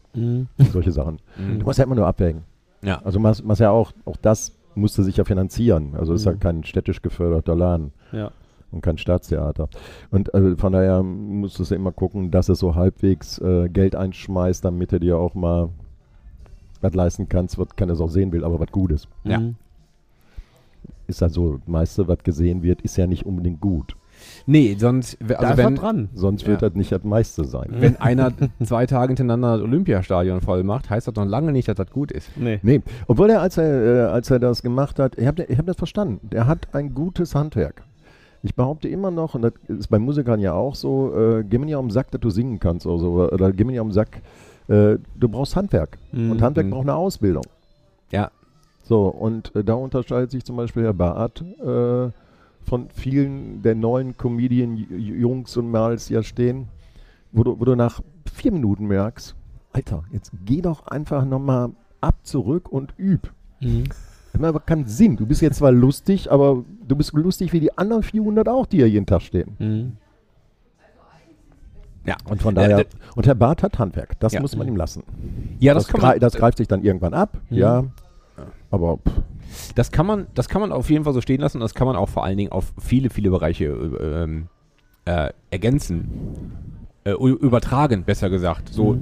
C: Solche Sachen. Du musst ja immer nur abwägen.
B: Ja.
C: Also machst, machst ja auch, auch das musste sich ja finanzieren. Also ist ja kein städtisch geförderter Laden
A: Ja.
C: und kein Staatstheater. Und äh, von daher musstest du immer gucken, dass es so halbwegs äh, Geld einschmeißt, damit du dir auch mal was leisten kannst, was keiner es auch sehen will, aber was Gutes.
A: Mhm.
B: Ja.
C: Ist ja so, das meiste, was gesehen wird, ist ja nicht unbedingt gut.
B: Nee, sonst, w-
A: Da
B: also
A: ist
B: wenn,
A: was dran.
C: Sonst wird das nicht das meiste sein.
B: wenn einer zwei Tage hintereinander das Olympiastadion voll macht, heißt das noch lange nicht, dass das gut ist.
A: Nee.
C: Nee, obwohl er, als er, äh, als er das gemacht hat, ich habe ich hab das verstanden, der hat ein gutes Handwerk. Ich behaupte immer noch, und das ist bei Musikern ja auch so, äh, geh mir nicht auf den Sack, dass du singen kannst oder, so, oder geh mir nicht auf den Sack, äh, du brauchst Handwerk. Und Handwerk braucht eine Ausbildung.
B: Ja.
C: So, und äh, da unterscheidet sich zum Beispiel Herr Barth äh, von vielen der neuen Comedian-Jungs und Mals, die ja stehen, wo du, wo du nach vier Minuten merkst, Alter, jetzt geh doch einfach nochmal ab zurück und üb.
B: Mhm.
C: Das macht aber keinen Sinn. Du bist jetzt zwar lustig, aber du bist lustig wie die anderen 400 auch, die hier jeden Tag stehen.
B: Mhm. Ja.
C: Und von daher,
B: Äh, d-
C: und Herr Barth hat Handwerk, das
B: Ja.
C: muss man ihm lassen.
B: ja, das,
C: Das,
B: kann
C: grei-
B: man, Mhm.
C: das greift sich dann irgendwann ab, ja. Aber pff,
B: Das kann man, das kann man auf jeden Fall so stehen lassen und das kann man auch vor allen Dingen auf viele, viele Bereiche äh, ähm, äh, ergänzen. Äh, u- übertragen, besser gesagt. So, d-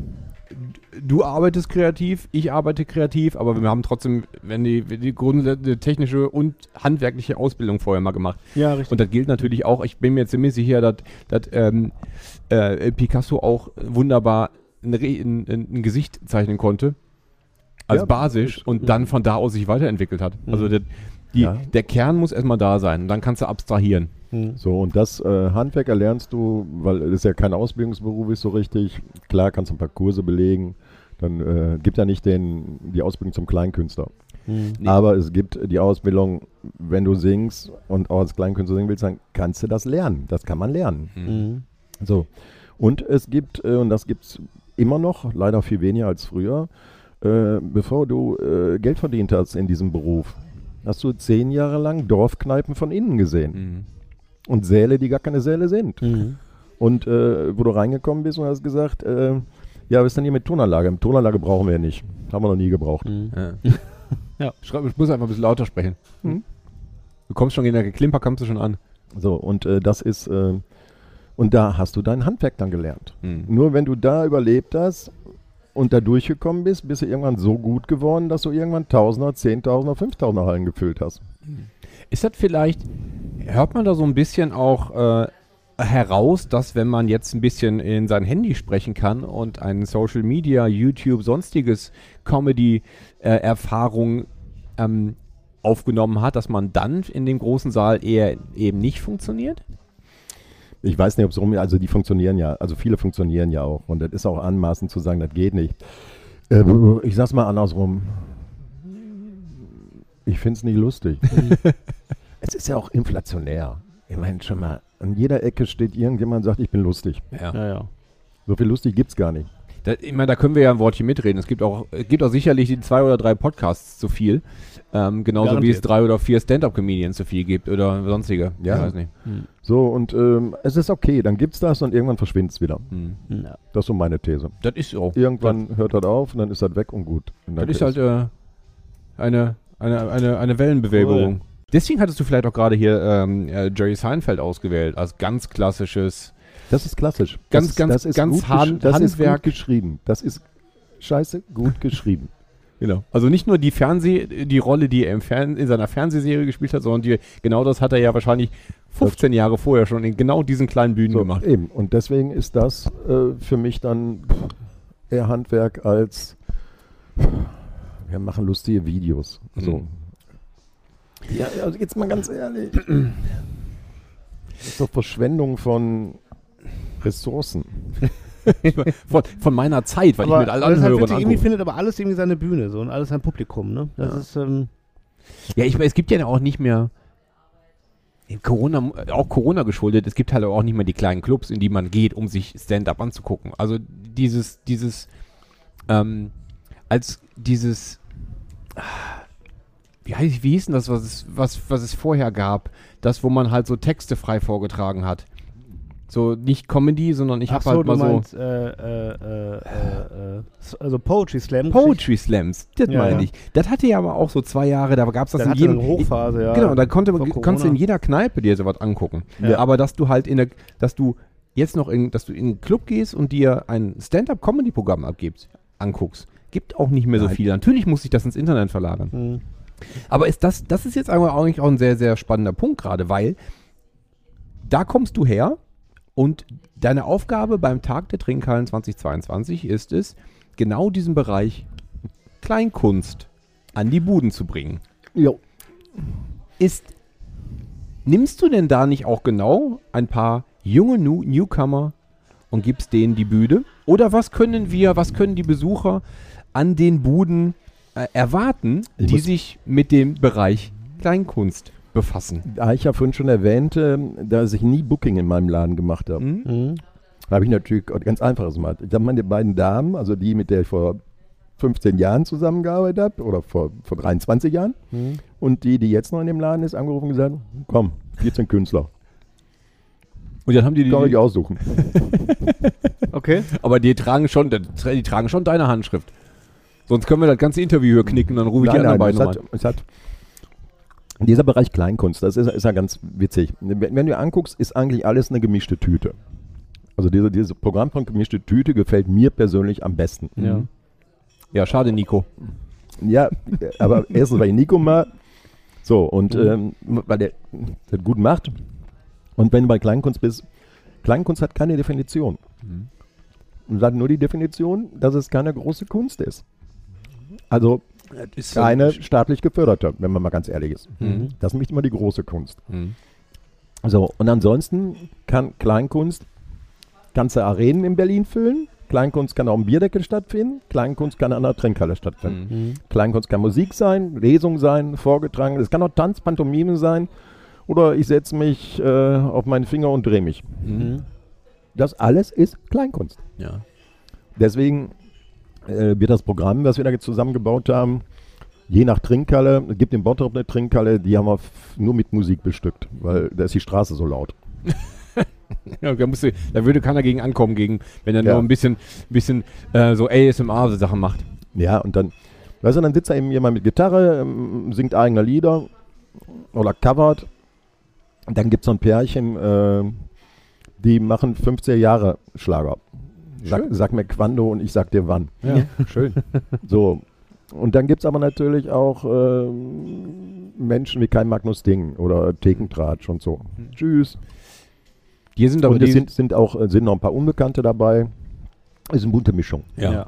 B: Mhm. du arbeitest kreativ, ich arbeite kreativ, aber wir haben trotzdem, wenn die, wenn die grundlegende technische und handwerkliche Ausbildung vorher mal gemacht.
A: Ja, richtig.
B: Und das gilt natürlich auch, ich bin mir jetzt ziemlich sicher, dass, dass ähm, äh, Picasso auch wunderbar ein, Re- ein, ein ein Gesicht zeichnen konnte als
C: Ja,
B: Basis und dann von da aus sich weiterentwickelt hat. Also der, die,
C: Ja.
B: der Kern muss erstmal da sein und dann kannst du abstrahieren.
C: So, und das äh, Handwerk erlernst du, weil es ja kein Ausbildungsberuf ist so richtig. Klar kannst du ein paar Kurse belegen. Dann äh, gibt ja nicht den, die Ausbildung zum Kleinkünstler.
B: Nee.
C: Aber es gibt die Ausbildung, wenn du singst und auch als Kleinkünstler singen willst, dann kannst du das lernen. Das kann man lernen. So. Und es gibt, äh, und das gibt es immer noch, leider viel weniger als früher, äh, bevor du äh, Geld verdient hast in diesem Beruf, hast du zehn Jahre lang Dorfkneipen von innen gesehen und Säle, die gar keine Säle sind. Und äh, wo du reingekommen bist und hast gesagt, äh, ja, was ist denn hier mit Tonanlage? Mit Tonanlage brauchen wir ja nicht. Haben wir noch nie gebraucht.
B: Schreib, ich muss einfach ein bisschen lauter sprechen. Hm? Du kommst schon in der Geklimper, kommst du schon an.
C: So, und äh, das ist, äh, und da hast du dein Handwerk dann gelernt. Nur wenn du da überlebt hast und da durchgekommen bist, bist du irgendwann so gut geworden, dass du irgendwann Tausender, Zehntausender, Fünftausender Hallen gefüllt hast.
B: Ist das vielleicht, hört man da so ein bisschen auch äh, heraus, dass wenn man jetzt ein bisschen in sein Handy sprechen kann und ein Social Media, YouTube, sonstiges Comedy-Erfahrung ähm, aufgenommen hat, dass man dann in dem großen Saal eher eben nicht funktioniert?
C: Ich weiß nicht, ob es rum, also die funktionieren ja, also viele funktionieren ja auch. Und das ist auch anmaßend zu sagen, das geht nicht. Äh, ich sag's mal andersrum. Ich find's nicht lustig. es ist ja auch inflationär. Ich meine schon mal, an jeder Ecke steht irgendjemand und sagt, ich bin lustig.
A: Ja, ja.
C: So viel lustig gibt's gar nicht.
B: Da, ich meine, da können wir ja ein Wortchen mitreden. Es gibt auch, es gibt auch sicherlich die zwei oder drei Podcasts zu viel. Ähm, genauso wie es
A: Garantiert.
B: drei oder vier Stand-Up-Comedians zu viel gibt oder sonstige.
C: Ja.
B: Ich weiß nicht.
C: So, und ähm, es ist okay, dann gibt's das und irgendwann verschwindet's wieder.
B: Mhm.
A: Ja.
C: Das ist so meine These.
B: Das ist so.
C: Irgendwann hört das auf und dann ist das weg und gut. Und
B: Das
C: dann
B: ist halt äh, eine, eine, eine, eine Wellenbewegung. Deswegen hattest du vielleicht auch gerade hier ähm, äh, Jerry Seinfeld ausgewählt, als ganz klassisches.
C: Das ist klassisch.
B: Ganz,
C: das,
B: ganz,
C: das ist
B: ganz
C: gut
B: Hand-
C: gesch- das ist gut
B: Handwerk.
C: geschrieben. Das ist scheiße gut geschrieben.
B: Genau. Also nicht nur die Fernseh, die Rolle, die er im Fern in seiner Fernsehserie gespielt hat, sondern die, genau das hat er ja wahrscheinlich 15 Jahre vorher schon in genau diesen kleinen Bühnen
C: So,
B: gemacht.
C: Eben. Und deswegen ist das äh, für mich dann pff, eher Handwerk als pff, wir machen lustige Videos. So.
B: Mhm.
C: Ja, also jetzt mal ganz ehrlich. Das ist doch Verschwendung von Ressourcen.
B: Von, von meiner Zeit, weil
A: aber,
B: ich mit
A: aber
B: allen
A: das ist halt
B: Anhörern
A: witzig, irgendwie
B: angucke.
A: findet aber alles irgendwie seine Bühne so und alles sein Publikum, ne? Das ist, ähm,
B: Ja, ich, es gibt ja auch nicht mehr Corona, auch Corona geschuldet, es gibt halt auch nicht mehr die kleinen Clubs, in die man geht, um sich Stand-up anzugucken. Also dieses, dieses, ähm, als dieses, ah, wie, heißt, wie hieß denn das, was es, was, was es vorher gab? Das, wo man halt so Texte frei vorgetragen hat. So nicht Comedy, sondern ich
A: ach
B: habe
A: so,
B: halt
A: du
B: mal so
A: meinst, äh, äh, äh, äh, äh, so- also Poetry Slam.
B: Poetry Slams, das
A: Ja,
B: meine
A: ja.
B: ich. Das hatte ja aber auch so zwei Jahre, da gab es das
A: Dann
B: in
A: hatte
B: jedem.
A: eine Hochphase, ja.
B: Genau, da konnte,
A: Vor
B: man- konntest du in
A: Corona.
B: jeder Kneipe dir sowas angucken.
A: Ja.
B: Aber dass du halt in der, dass du jetzt noch in, dass du in einen Club gehst und dir ein Stand-up-Comedy-Programm abgibst, anguckst, gibt auch nicht mehr so viel. Natürlich muss ich das ins Internet verlagern.
A: Mhm.
B: Aber ist das, das ist jetzt einmal eigentlich auch ein sehr, sehr spannender Punkt gerade, weil da kommst du her und deine Aufgabe beim Tag der Trinkhallen 2022 ist es, genau diesen Bereich Kleinkunst an die Buden zu bringen
C: Jo.
B: ist, nimmst du denn da nicht auch genau ein paar junge New Newcomer und gibst denen die Bühne? Oder was können wir, was können die Besucher an den Buden äh, erwarten,
C: Ich
B: die
C: muss-
B: sich mit dem Bereich Kleinkunst befassen?
C: Da Ah, ich ja vorhin schon erwähnte, dass ich nie Booking in meinem Laden gemacht habe.
A: Mhm.
C: Da habe ich natürlich auch ganz einfaches gemacht. Ich habe meine beiden Damen, also die, mit der ich vor 15 Jahren zusammengearbeitet habe oder vor, vor 23 Jahren und die, die jetzt noch in dem Laden ist, angerufen und gesagt, komm, 14 Künstler,
B: Und dann haben die,
C: kann ich aussuchen.
A: Okay.
B: aber die tragen schon, die tragen schon deine Handschrift. Sonst können wir das ganze Interview hier knicken, dann rufe ich die anderen beiden
C: es hat,
B: nochmal.
C: es hat dieser Bereich Kleinkunst, das ist, ist ja ganz witzig. Wenn, wenn du dir anguckst, ist eigentlich alles eine gemischte Tüte. Also diese, dieses Programm von gemischte Tüte gefällt mir persönlich am besten.
A: Ja.
B: Ja, schade, Nico.
C: Ja, aber erstens, weil ich Nico mal so und ähm, weil der das gut macht. Und wenn du bei Kleinkunst bist, Kleinkunst hat keine Definition. Und hat nur die Definition, dass es keine große Kunst ist. Also keine staatlich geförderte, wenn man mal ganz ehrlich ist. Mhm. Das ist nämlich immer die große Kunst.
B: Mhm.
C: So, und ansonsten kann Kleinkunst ganze Arenen in Berlin füllen. Kleinkunst kann auch im Bierdeckel stattfinden. Kleinkunst kann an der Trinkhalle stattfinden.
B: Mhm.
C: Kleinkunst kann Musik sein, Lesung sein, vorgetragen. Es kann auch Tanz, Pantomime sein. Oder ich setze mich äh, auf meinen Finger und drehe mich. Das alles ist Kleinkunst.
B: Mhm. Ja.
C: Deswegen äh, wird das Programm, was wir da jetzt zusammengebaut haben, je nach Trinkhalle, es gibt in Bottrop eine Trinkhalle, die haben wir f- nur mit Musik bestückt, weil da ist die Straße so laut.
B: Ja, da, musst du, da würde keiner gegen ankommen, gegen, wenn er
C: Ja.
B: nur ein bisschen, bisschen äh, so ASMR-Sachen macht.
C: Ja, und dann, weißt du, dann sitzt da eben jemand mit Gitarre, ähm, singt eigene Lieder oder covert. Und dann gibt es so ein Pärchen, äh, die machen 50er Jahre Schlager. Sag, sag mir Quando und ich sag dir wann.
B: Ja, schön.
C: So, Und dann gibt es aber natürlich auch ähm, Menschen wie Kai Magnus Ding oder Thekentratsch und so. Tschüss.
B: Hier sind aber
C: Und
B: die,
C: es sind, sind auch äh, sind noch ein paar Unbekannte dabei. Ist eine bunte Mischung.
B: ja.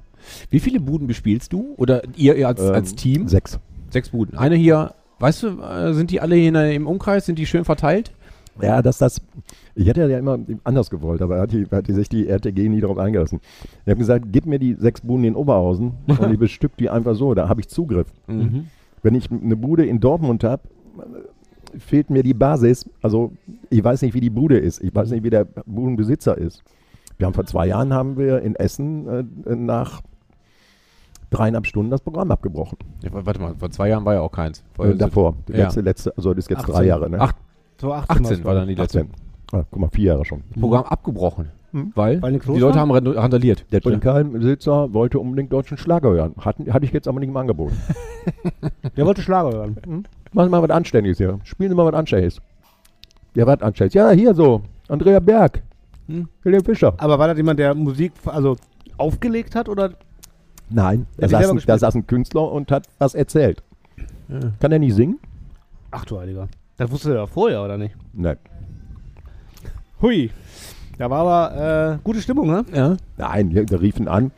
B: Wie viele Buden bespielst du? Oder ihr, ihr als,
C: Ähm,
B: als Team?
C: Sechs.
B: Sechs Buden. Eine hier, weißt du, äh, sind die alle hier in der- im Umkreis? Sind die schön verteilt?
C: Ja, dass das. Ich hätte ja immer anders gewollt, aber hat, die, hat die sich die RTG nie darauf eingelassen. Ich habe gesagt, gib mir die sechs Buden in Oberhausen und ich bestück die einfach so, da habe ich Zugriff. Wenn ich eine Bude in Dortmund habe, fehlt mir die Basis. Also ich weiß nicht, wie die Bude ist. Ich weiß nicht, wie der Budenbesitzer ist. Wir haben vor zwei Jahren haben wir in Essen äh, nach dreieinhalb Stunden das Programm abgebrochen.
B: Ja, wa- warte mal, vor zwei Jahren war ja auch keins. Vor-
C: Äh, davor. Die
B: Ja.
C: letzte, letzte, also das ist jetzt
A: 18.
C: drei Jahre, ne?
B: Acht,
A: So 18,
B: 18 war dann die letzte.
C: 18. Ah, guck mal, vier Jahre schon.
B: Programm abgebrochen. Weil,
A: Hm. Weil die Klos
B: die Leute haben
A: waren?
B: rando- randaliert.
C: Der Trinkhalm-Besitzer wollte unbedingt deutschen Schlager hören. Hatten, hatte ich jetzt aber nicht im Angebot.
A: Der wollte Schlager hören.
C: Machen Sie mal was Anständiges hier. Spielen Sie mal was Anständiges. Ja, was Anständiges? Ja, hier so. Andrea Berg.
B: Hm.
C: Helene Fischer.
A: Aber war das jemand, der Musik also aufgelegt hat oder
C: Nein, da
A: hat
C: saß,
A: selber
C: ein, da
A: gespielt.
C: saß ein Künstler und hat was erzählt. Kann er nicht singen?
A: Ach du Heiliger. Das wusste er ja vorher, oder nicht?
C: Nein.
A: Hui. Da war aber äh, gute Stimmung, ne?
B: Ja.
C: Nein, wir, wir riefen an.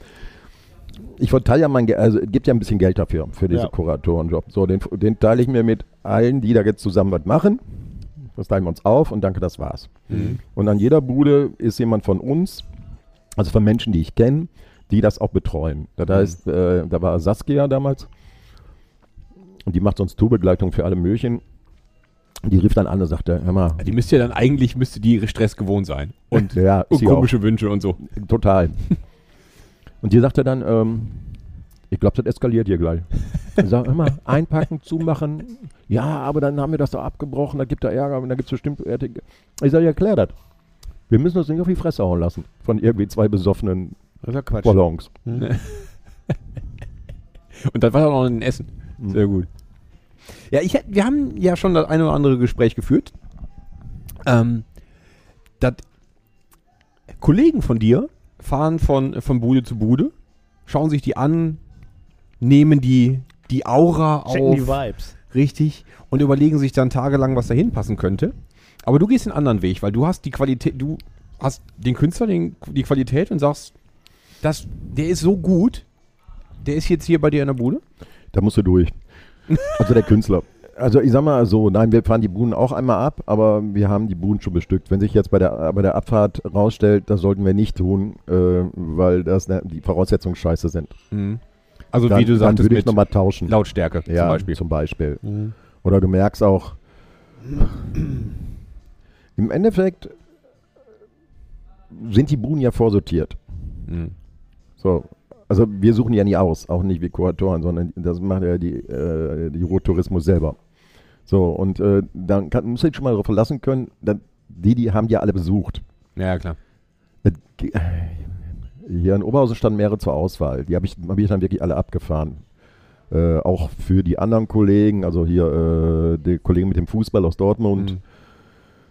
C: Ich verteile ja mein Geld, also es gibt ja ein bisschen Geld dafür, für diese
A: Ja.
C: Kuratorenjob. So, den, den teile ich mir mit allen, die da jetzt zusammen was machen. Das teilen wir uns auf und danke, das war's. Und an jeder Bude ist jemand von uns, also von Menschen, die ich kenne, die das auch betreuen. Das heißt, äh, da war Saskia damals und die macht sonst Tourbegleitung für alle Möhrchen. Die rief dann an und sagte, hör mal,
B: Die müsste ja dann eigentlich, müsste die Stress gewohnt sein. Und,
C: ja,
B: und
C: sie auch.
B: komische Wünsche und so.
C: Total. Und die sagte dann, ähm, ich glaube, das eskaliert hier gleich. Ich sag immer, einpacken, zumachen. Ja, aber dann haben wir das doch abgebrochen, da gibt da Ärger, und da gibt es bestimmt. RTG. Ich sage, ja, klär das. Wir müssen uns nicht auf die Fresse hauen lassen von irgendwie zwei besoffenen
A: Das ist ja Quatsch.
C: Ballons.
B: Und das war dann auch in Essen. Sehr gut. Ja, ich, hätt- wir haben ja schon das eine oder andere Gespräch geführt. Ähm, das Kollegen von dir fahren von, von Bude zu Bude, schauen sich die an, nehmen die, die Aura
A: Checken
B: auf.
A: die Vibes.
B: Richtig. Und überlegen sich dann tagelang, was da hinpassen könnte. Aber du gehst den anderen Weg, weil du hast die Qualität, du hast den Künstler den, die Qualität und sagst, das, der ist so gut, der ist jetzt hier bei dir in der Bude.
C: Da musst du durch. Also der Künstler. Also ich sag mal so, nein, wir fahren die Buden auch einmal ab, aber wir haben die Buden schon bestückt. Wenn sich jetzt bei der, bei der Abfahrt rausstellt, das sollten wir nicht tun, äh, weil das ne, die Voraussetzungen scheiße sind.
B: Also
C: Dann,
B: wie du
C: dann
B: sagtest,
C: würde ich
B: mit
C: nochmal tauschen.
B: Lautstärke
C: ja,
B: zum Beispiel.
C: Oder du merkst auch, im Endeffekt sind die Buden ja vorsortiert.
B: Mhm.
C: So, also wir suchen die ja nie aus, auch nicht wie Kuratoren, sondern das macht ja die, äh, die Rotourismus selber. So, und äh, dann kann, musst du dich schon mal darauf verlassen können, dann, die, die haben die ja alle besucht.
B: Ja, klar.
C: Es g- äh, Hier in Oberhausen standen mehrere zur Auswahl. Die habe ich, hab ich dann wirklich alle abgefahren. Äh, auch für die anderen Kollegen, also hier äh, der Kollege mit dem Fußball aus Dortmund.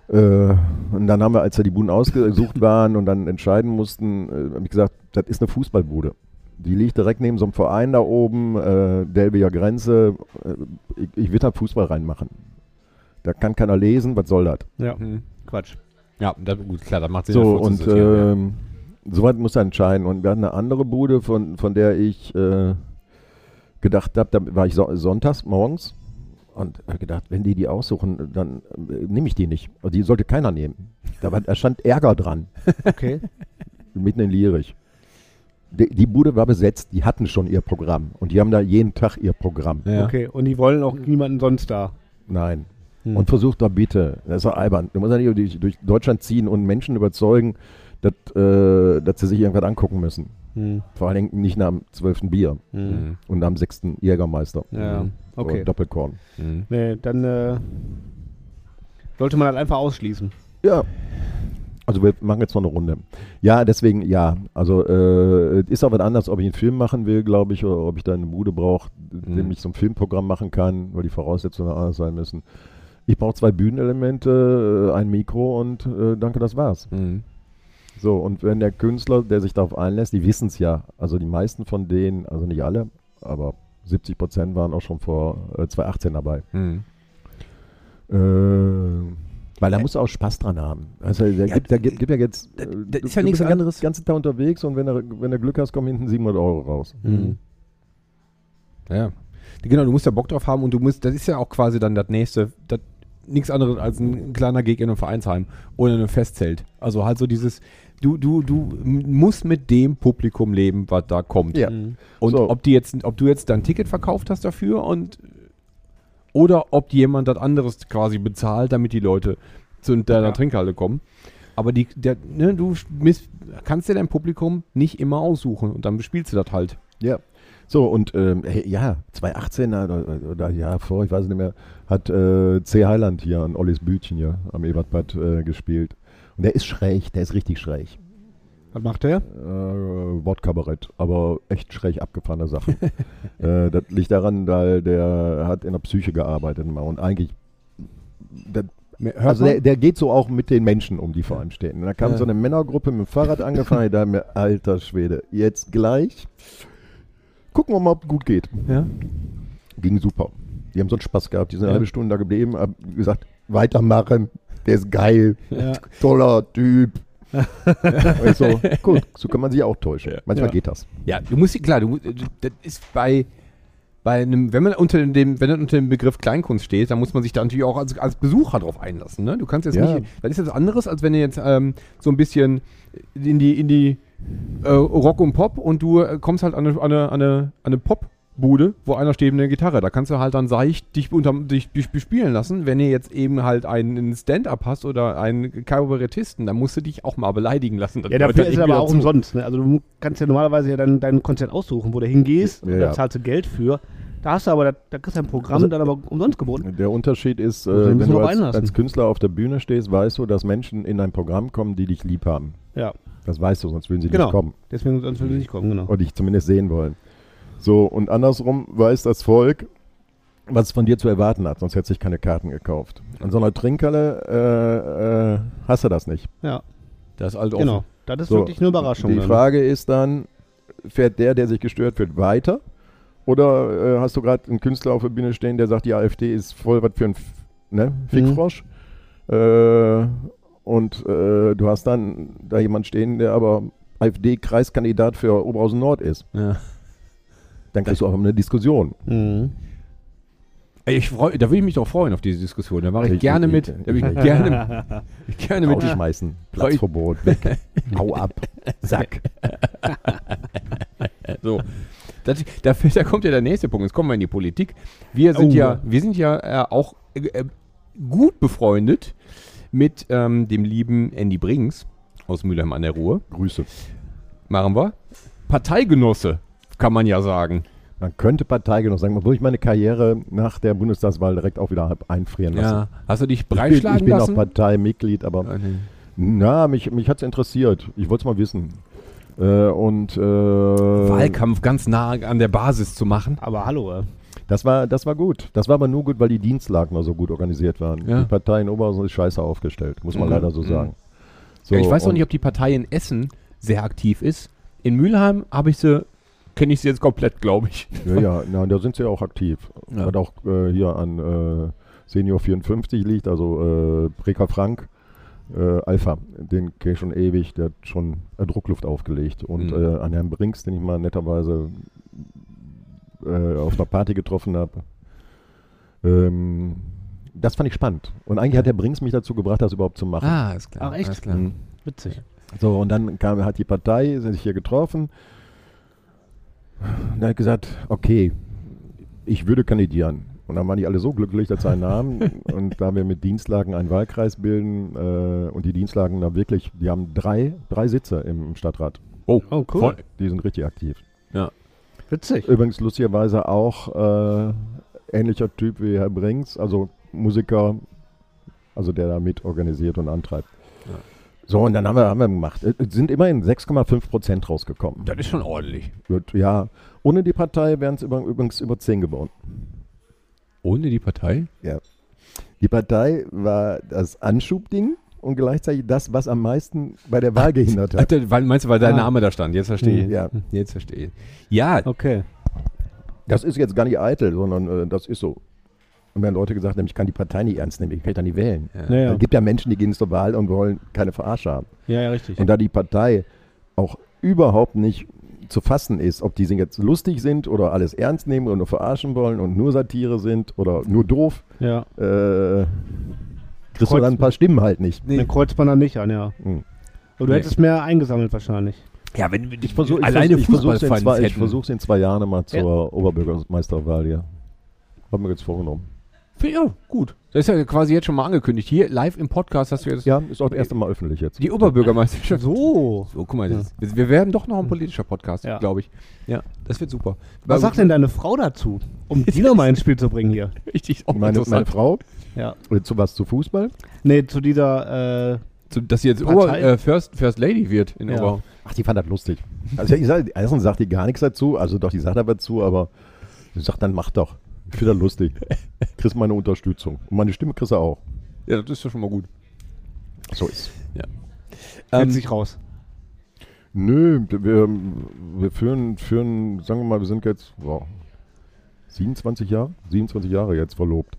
C: Äh, und dann haben wir, als da die Buden ausgesucht waren und dann entscheiden mussten, äh, habe ich gesagt, das ist eine Fußballbude. Die liegt direkt neben so einem Verein da oben, äh, Delbiger Grenze. Äh, ich ich will da Fußball reinmachen. Da kann keiner lesen, was soll das?
A: Ja,
B: Mhm.
A: Quatsch.
B: Ja, da, gut, klar, da macht Sinn.
C: So,
B: das
C: und
B: vorzusortieren, ja.
C: ähm, soweit muss er entscheiden. Und wir hatten eine andere Bude, von, von der ich äh, gedacht habe, da war ich so, sonntags morgens und hab gedacht, wenn die die aussuchen, dann äh, nehme ich die nicht. Also die sollte keiner nehmen. Da, war, da stand Ärger dran,
A: Okay.
C: mitten in Lierich. Die, die Bude war besetzt, die hatten schon ihr Programm. Und die haben da jeden Tag ihr Programm.
B: ja.
A: Okay. Und die wollen auch niemanden sonst da.
C: Nein.
A: Hm.
C: Und versuch doch bitte, das ist doch albern, du musst ja nicht durch, durch Deutschland ziehen und Menschen überzeugen, dass, äh, dass sie sich irgendwas angucken müssen.
A: Hm.
C: Vor allen Dingen nicht nach dem 12. Bier
A: Hm.
B: Mhm.
C: und nach dem 6. Jägermeister.
A: Ja. Okay.
C: Oder Doppelkorn.
B: Mhm.
A: Nee, dann äh, sollte man halt einfach ausschließen.
C: Ja. Also wir machen jetzt noch eine Runde. Ja, deswegen, ja. Also äh, ist auch was anderes, ob ich einen Film machen will, glaube ich, oder ob ich da eine Bude brauche, in dem ich so ein Filmprogramm machen kann, weil die Voraussetzungen anders sein müssen. Ich brauche zwei Bühnenelemente, äh, ein Mikro und äh, danke, das war's.
B: Mhm.
C: So, und wenn der Künstler, der sich darauf einlässt, die wissen es ja, also die meisten von denen, also nicht alle, aber 70 Prozent waren auch schon vor äh, 2018 dabei.
B: Mhm.
C: Äh, weil da musst du auch Spaß dran haben. Also da gibt, da gibt, gibt ja jetzt.
B: da-
C: äh,
B: da
C: du-
B: ist ja
C: du
B: nichts
C: bist den
B: anderes.
C: ganzen Tag unterwegs und wenn du, wenn du Glück hast, kommen hinten 700 Euro raus.
B: Mhm. Ja. Genau, du musst da Bock drauf haben und du musst, das ist ja auch quasi dann das nächste, das, nichts anderes als ein kleiner Gig in einem Vereinsheim oder in einem Festzelt. Also halt so dieses, du, du, du m- musst mit dem Publikum leben, was da kommt.
C: Ja.
A: Mhm.
B: Und
C: So.
B: ob, die jetzt, ob du jetzt dein Ticket verkauft hast dafür und oder ob jemand das anderes quasi bezahlt, damit die Leute zu deiner Trinkhalle kommen. Aber die, der, ne, du miss, kannst dir dein Publikum nicht immer aussuchen und dann spielst du das halt.
C: Ja. So, und ähm, hey, ja, 2018 oder, oder ja, vor, ich weiß nicht mehr, hat äh, C. Heiland hier an Ollis Bütchen hier am Ebertbad äh, gespielt. Und der ist schräg, der ist richtig schräg.
A: Was macht der?
C: äh, Wortkabarett, aber echt schräg abgefahrene Sachen. äh, das liegt daran, weil der hat in der Psyche gearbeitet immer und eigentlich. Der, also der, der geht so auch mit den Menschen um, die vor ihm stehen. Und da kam so eine Männergruppe mit dem Fahrrad angefahren, ich dachte mir, alter Schwede, jetzt gleich. Gucken wir mal, ob es gut geht.
B: Ja.
C: Ging super. Die haben so einen Spaß gehabt, die sind eine
B: Ja.
C: halbe Stunde da geblieben, haben gesagt, weitermachen, der ist geil, toller Typ. Und ich so, gut, so kann man sich auch täuschen.
B: Ja.
C: Manchmal
A: Ja.
C: geht das.
B: Ja, du musst, klar, du, mu- äh, du- das ist bei, bei einem, wenn man unter dem, wenn man unter dem Begriff Kleinkunst steht, dann muss man sich da natürlich auch als, als Besucher drauf einlassen. Ne? Du kannst jetzt
C: Ja.
B: nicht, das ist jetzt anderes, als wenn du jetzt ähm, so ein bisschen in die, in die äh, Rock und Pop und du äh, kommst halt an eine, an eine, an eine, an eine Popbude, wo einer steht mit einer Gitarre. Da kannst du halt dann seicht dich, unterm, dich, dich bespielen lassen. Wenn ihr jetzt eben halt einen Stand-Up hast oder einen Kabarettisten, dann musst du dich auch mal beleidigen lassen. Das
A: Ja,
B: gehört
A: dafür ist es
B: irgendwie
A: aber auch
B: dazu.
A: umsonst. Ne? Also du mu- kannst ja normalerweise ja dein, dein Konzert aussuchen, wo du hingehst,
C: Ja,
A: da
C: ja.
A: zahlst du Geld für. Da hast du aber, da, da kriegst du ein Programm
C: Also-
A: dann aber umsonst geboten.
C: Der Unterschied ist,
A: Also wir
C: äh, wenn
A: müssen
C: du
A: drauf
C: als,
A: einlassen.
C: als Künstler auf der Bühne stehst, weißt du, dass Menschen in ein Programm kommen, die dich lieb haben.
A: Ja,
C: Das weißt du, sonst würden sie
A: genau.
C: nicht kommen.
A: Deswegen sonst würden sie nicht kommen, genau.
C: Oder dich zumindest sehen wollen. So, und andersrum weiß das Volk, was es von dir zu erwarten hat, sonst hätte sich keine Karten gekauft. An so einer Trinkhalle äh, äh, hast du das nicht.
A: Ja,
B: Das ist halt offen.
A: genau. Das ist
C: So,
A: wirklich eine Überraschung.
C: Die
A: dann.
C: Frage ist dann, fährt der, der sich gestört fühlt, weiter? Oder äh, hast du gerade einen Künstler auf der Bühne stehen, der sagt, die AfD ist voll was für ein F- ne? Fickfrosch?
B: Mhm.
C: Äh, und äh, du hast dann da jemand stehen, der aber AfD-Kreiskandidat für Oberhausen Nord ist.
B: Ja.
C: Dann kriegst du auch eine Diskussion.
A: Mhm.
B: Ey, Ich freu, da würde ich mich doch freuen auf diese Diskussion. Da mache ich,
C: Ich-
B: gerne
C: ich-
B: mit. Da würde ich gerne, gerne mit.
C: Ausschmeißen, Platzverbot, weg, hau ab, Sack.
B: So. Das, da, da kommt ja der nächste Punkt. Jetzt kommen wir in die Politik. Wir sind
A: Oh.
B: ja, wir sind ja äh, auch äh, äh, gut befreundet mit ähm, dem lieben Andy Brings aus Mülheim an der Ruhr.
C: Grüße.
B: Machen wir. Parteigenosse, kann man ja sagen.
C: Man könnte Parteigenossen sagen, obwohl ich meine Karriere nach der Bundestagswahl direkt auch wieder hab einfrieren lassen. Also
B: Hast du dich
C: Ich bin, ich
B: breitschlagen
C: bin auch
B: lassen?
C: Parteimitglied, aber
B: Ah, nee.
C: na, mich, mich hat es interessiert. Ich wollte es mal wissen. Äh, und äh,
B: Wahlkampf ganz nah an der Basis zu machen.
A: Aber hallo, äh. ey.
C: das war das war gut. Das war aber nur gut, weil die Dienstlagen mal so gut organisiert waren.
B: Ja.
C: Die Partei in Oberhausen ist scheiße aufgestellt, muss man
B: Mhm.
C: leider so
B: Mhm.
C: sagen. So,
B: ja, ich weiß auch
C: und
B: nicht, ob die Partei in Essen sehr aktiv ist. In Mülheim habe ich sie, kenne ich sie jetzt komplett, glaube ich.
C: Ja, ja, na, da sind sie ja auch aktiv.
B: Ja.
C: Hat auch äh, hier an äh, Senior 54 liegt, also äh, Preka Frank, äh, Alpha, den kenne ich schon ewig, der hat schon äh, Druckluft aufgelegt. Und
B: Mhm.
C: äh, an Herrn Brinks, den ich mal netterweise äh, auf einer Party getroffen habe. Ähm, das fand ich spannend. Und eigentlich hat Herr Brinks mich dazu gebracht, das überhaupt zu machen.
B: Ah, ist klar.
A: Hm. Ach, echt?
B: Alles klar.
C: Mhm.
A: witzig.
C: So, und dann kam, hat die Partei sich hier getroffen und hat gesagt, okay, ich würde kandidieren. Und dann waren die alle so glücklich, dass sie einen Namen und da wir mit Dienstlagen einen Wahlkreis bilden äh, und die Dienstlagen da wirklich, die haben drei, drei Sitze im Stadtrat.
B: Oh,
A: Oh, cool.
B: voll.
C: Die sind richtig aktiv.
A: Witzig.
C: Übrigens lustigerweise auch äh, ähnlicher Typ wie Herr Brinks, also Musiker, also der da mit organisiert und antreibt. So, und dann haben wir, haben wir gemacht. Es sind immerhin 6,5 Prozent rausgekommen.
B: Das ist schon ordentlich.
C: Gut, ja, ohne die Partei wären es über, übrigens über 10 geworden.
B: Ohne die Partei?
C: Die Partei war das Anschubding und gleichzeitig das, was am meisten bei der Wahl gehindert
B: Ach,
C: hat.
B: der- weil- meinst du, weil dein
A: Ah.
B: Name da stand? Jetzt verstehe ich.
C: Ja,
B: Jetzt verstehe ich. Ja,
A: Okay.
C: Das ist jetzt gar nicht eitel, sondern äh, das ist so. Und mir haben Leute gesagt, haben, ich kann die Partei nicht ernst nehmen, ich kann da nicht wählen.
A: Ja, ja.
B: Äh,
C: Es gibt ja Menschen, die gehen zur Wahl und wollen keine Verarsche haben.
A: Ja, ja, richtig.
C: Und da die Partei auch überhaupt nicht zu fassen ist, ob die sind jetzt lustig sind oder alles ernst nehmen und nur verarschen wollen und nur Satire sind oder nur doof,
A: ja.
C: äh, kriegst du
A: Kreuz-
C: dann ein paar Stimmen halt nicht.
A: Dann kreuzt man da nicht an, ja.
B: Mhm.
C: Hm.
A: Aber du
B: Nee.
A: hättest mehr eingesammelt wahrscheinlich.
B: Ja, wenn wir
C: Ich versuche
B: alleine
C: ich
B: Fußballfans
C: versuch's in, zwei- ich
B: hätten.
C: versuch's in zwei Jahren mal zur Oberbürgermeisterwahl hier. Haben wir jetzt vorgenommen.
B: Ja, gut. Das ist ja quasi jetzt schon mal angekündigt. Hier live im Podcast hast du jetzt
C: Ja, ist auch das erste Mal öffentlich jetzt.
B: die Oberbürgermeisterschaft.
A: So.
B: So, guck mal, das, wir- wir werden doch noch ein politischer Podcast,
A: Ja.
B: glaube ich. Ja, das wird super.
A: Was sagt denn deine Frau dazu, um die nochmal ins Spiel zu bringen hier?
B: richtig auch
C: meine, meine
B: interessant,
C: Frau,
A: Ja.
C: äh, zu was, zu Fußball?
A: Nee, zu dieser, äh,
B: zu- dass sie jetzt
A: Partei?
B: Ober, äh, First, First Lady wird in
A: Ja.
B: Oberhausen?
C: Ach, die fand das lustig. Also ich sag, erstens sagt die gar nichts dazu, also doch, die sagt aber zu, aber sie sagt, dann mach doch. Ich finde das lustig. Kriegst meine Unterstützung. Und meine Stimme kriegst du auch.
B: Ja, das ist ja schon mal gut.
C: So ist
A: hält
B: Ähm,
A: sich raus.
C: Nö, wir, wir führen, führen, sagen wir mal, wir sind jetzt wow, 27 Jahre, 27 Jahre jetzt verlobt.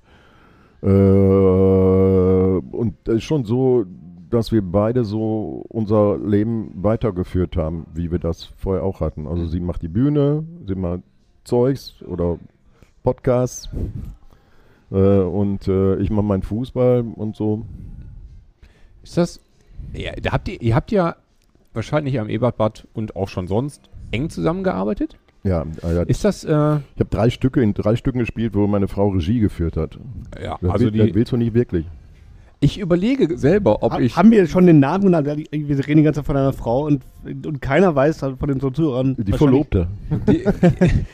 C: Äh, und es ist schon so, dass wir beide so unser Leben weitergeführt haben, wie wir das vorher auch hatten. Also sie macht die Bühne, sie macht Zeugs oder Podcasts äh, und äh, ich mache meinen Fußball und so.
B: Ist das. Ja, da habt ihr, ihr habt ja wahrscheinlich am Ebertbad und auch schon sonst eng zusammengearbeitet.
C: Ja, äh, ich
B: Ist das. Äh, ja,
C: habe drei Stücke in drei Stücken gespielt, wo meine Frau Regie geführt hat. Das,
B: also
C: will, das
B: die,
C: willst du nicht wirklich.
B: ich überlege selber, ob
A: Ha
B: ich.
A: haben wir schon den Namen genannt? Ja, die- Wir reden die ganze Zeit von einer Frau und, und keiner weiß also von den Zuhörern,
C: Die
A: wahrscheinlich
C: Verlobte.
B: Die,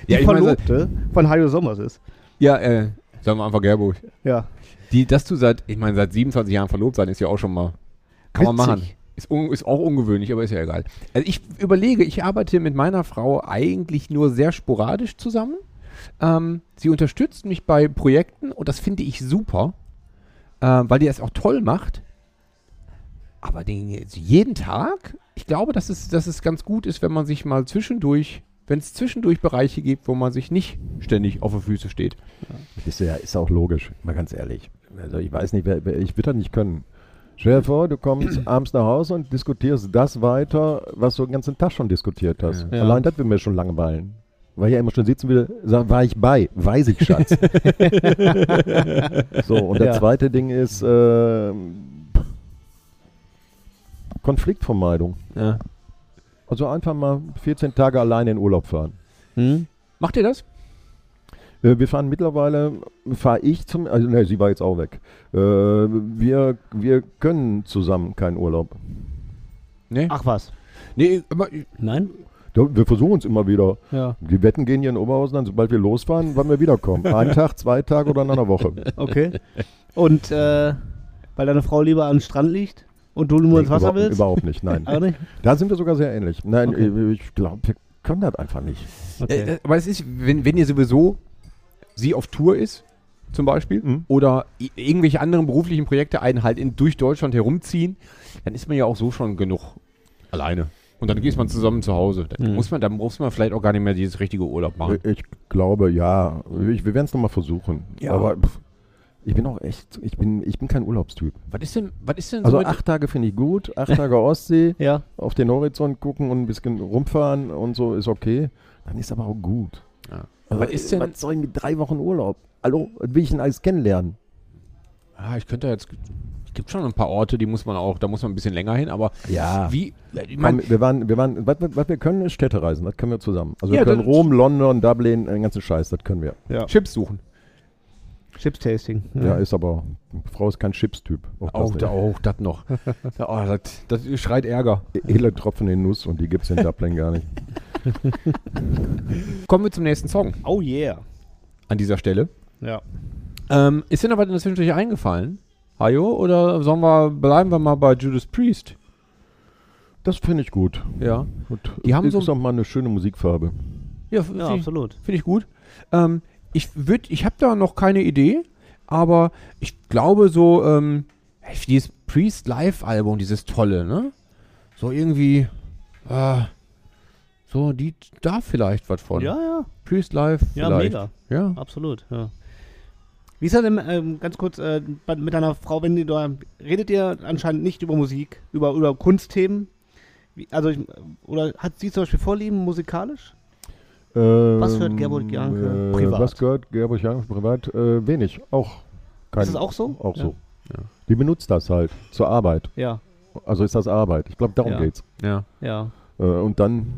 A: die
B: ja, ich meine,
A: Verlobte von Hajo Sommers ist.
B: ja, äh, sagen wir einfach Gerburg.
A: Ja.
B: Die, dass du seit, ich meine, seit 27 Jahren verlobt sein, ist ja auch schon mal. Kann man
A: Witzig.
B: machen. Ist, un, ist auch ungewöhnlich, aber ist ja egal. Also ich überlege, ich arbeite mit meiner Frau eigentlich nur sehr sporadisch zusammen. Ähm, sie unterstützt mich bei Projekten und das finde ich super, ähm, weil die das auch toll macht. Aber den, jetzt jeden Tag, ich glaube, dass es, dass es ganz gut ist, wenn man sich mal zwischendurch, wenn es zwischendurch Bereiche gibt, wo man sich nicht ständig auf den Füße steht.
C: Ist ja ist auch logisch, mal ganz ehrlich. Also ich weiß nicht, wer, wer, ich würde das nicht können. Stell dir vor, du kommst abends nach Hause und diskutierst das weiter, was du den ganzen Tag schon diskutiert hast.
A: Ja.
C: Allein das will mir schon langweilen. Weil ich ja immer schon sitzen will, sag, war ich bei, weiß ich, Schatz. so, und das
A: Ja.
C: zweite Ding ist ähm, Konfliktvermeidung.
B: Ja.
C: Also einfach mal 14 Tage alleine in Urlaub fahren.
A: Hm?
B: Macht ihr das?
C: Äh, Wir fahren mittlerweile, fahre ich zum, also ne, sie war jetzt auch weg. Äh, wir, wir können zusammen keinen Urlaub.
B: Nee.
A: Ach was.
B: Nee, aber ich-
A: Nein?
C: Doch, Wir versuchen uns immer wieder.
A: Ja.
C: Die Wetten gehen hier in Oberhausen an, sobald wir losfahren, wann wir wiederkommen. Einen Tag, zwei Tage oder in einer Woche.
A: Okay. Und äh, weil deine Frau lieber am Strand liegt und du nur ins Wasser
C: überhaupt,
A: willst?
C: überhaupt nicht, nein.
A: Auch nicht?
C: Da sind wir sogar sehr ähnlich. Nein,
A: Okay.
C: ich, ich glaube, wir können das einfach nicht.
A: Okay.
B: Äh, aber es ist, wenn, wenn ihr sowieso sie auf Tour ist, zum Beispiel,
C: Mhm.
B: oder i- irgendwelche anderen beruflichen Projekte einen halt in, durch Deutschland herumziehen, dann ist man ja auch so schon genug alleine. Und dann ist man zusammen zu Hause. Dann
A: Mhm.
B: muss man, dann muss man vielleicht auch gar nicht mehr dieses richtige Urlaub machen.
C: Ich glaube, ja. Ich, wir werden es nochmal versuchen.
B: Ja.
C: Aber pff, ich bin auch echt, ich bin, ich bin kein Urlaubstyp.
B: Was ist denn, was ist denn
C: Also
B: so mit,
C: acht Tage finde ich gut, acht Tage Ostsee.
A: Ja.
C: auf den Horizont gucken und ein bisschen rumfahren und so ist okay. Dann ist aber auch gut.
B: Ja.
C: Aber
B: Was ist denn-
C: was soll ich mit drei Wochen Urlaub? Hallo, was will ich denn alles kennenlernen?
B: ah, ich könnte jetzt, es gibt schon ein paar Orte, die muss man auch, da muss man ein bisschen länger hin, aber
C: Ja.
B: wie, ich
C: Komm,
B: meine,
C: wir waren, wir waren, was, was wir können, ist Städtereisen, das können wir zusammen. Also wir
B: Ja,
C: können
B: das-
C: Rom, London, Dublin, den ganzen Scheiß, das können wir.
B: Chips suchen.
A: Chips-Tasting.
C: Ja, ist aber, Frau ist kein Chips-Typ.
B: Auch,
C: das
B: da, auch das noch. Da- oh, das, das schreit Ärger.
C: nicht. Edle E- Tropfen in Nuss und die gibt es in Dublin gar nicht.
B: Kommen wir zum nächsten Song
A: Oh yeah.
B: an dieser Stelle.
A: Ja.
B: Ähm, ist dir noch was in der Zwischenzeit eingefallen? Hajo? Oder sollen wir, bleiben wir mal bei Judas Priest?
C: Das finde ich gut.
B: Ja.
C: Und
B: Die haben
C: ist
B: so-
C: auch mal eine schöne Musikfarbe.
B: Ja, finde
A: Ja,
B: ich,
A: absolut.
B: find ich gut. Ähm, ich würd, ich habe da noch keine Idee, aber ich glaube so, ähm, dieses Priest Live-Album, dieses tolle, ne? So irgendwie, äh, So, die da vielleicht was von.
A: Ja, ja.
B: Priest Life
A: Ja,
B: vielleicht.
A: mega. Ah.
B: Ja.
A: Absolut, ja. Wie ist das denn, ähm, ganz kurz, äh, bei- mit deiner Frau, wenn ihr da, redet ihr anscheinend nicht über Musik, über, über Kunstthemen? Wie, also, ich, oder hat sie zum Beispiel Vorlieben musikalisch?
C: Was
A: hört Gerbold Janke
C: äh,
A: privat?
C: Was gehört Gerbold Janke privat? Äh, wenig. Auch kein.
A: Ist das auch so?
C: Auch
A: Ja.
C: so. Die benutzt das halt zur Arbeit.
A: Ja,
C: Also ist das Arbeit. Ich glaube, darum
A: Ja.
C: geht's.
B: ja.
A: ja.
C: Äh, und dann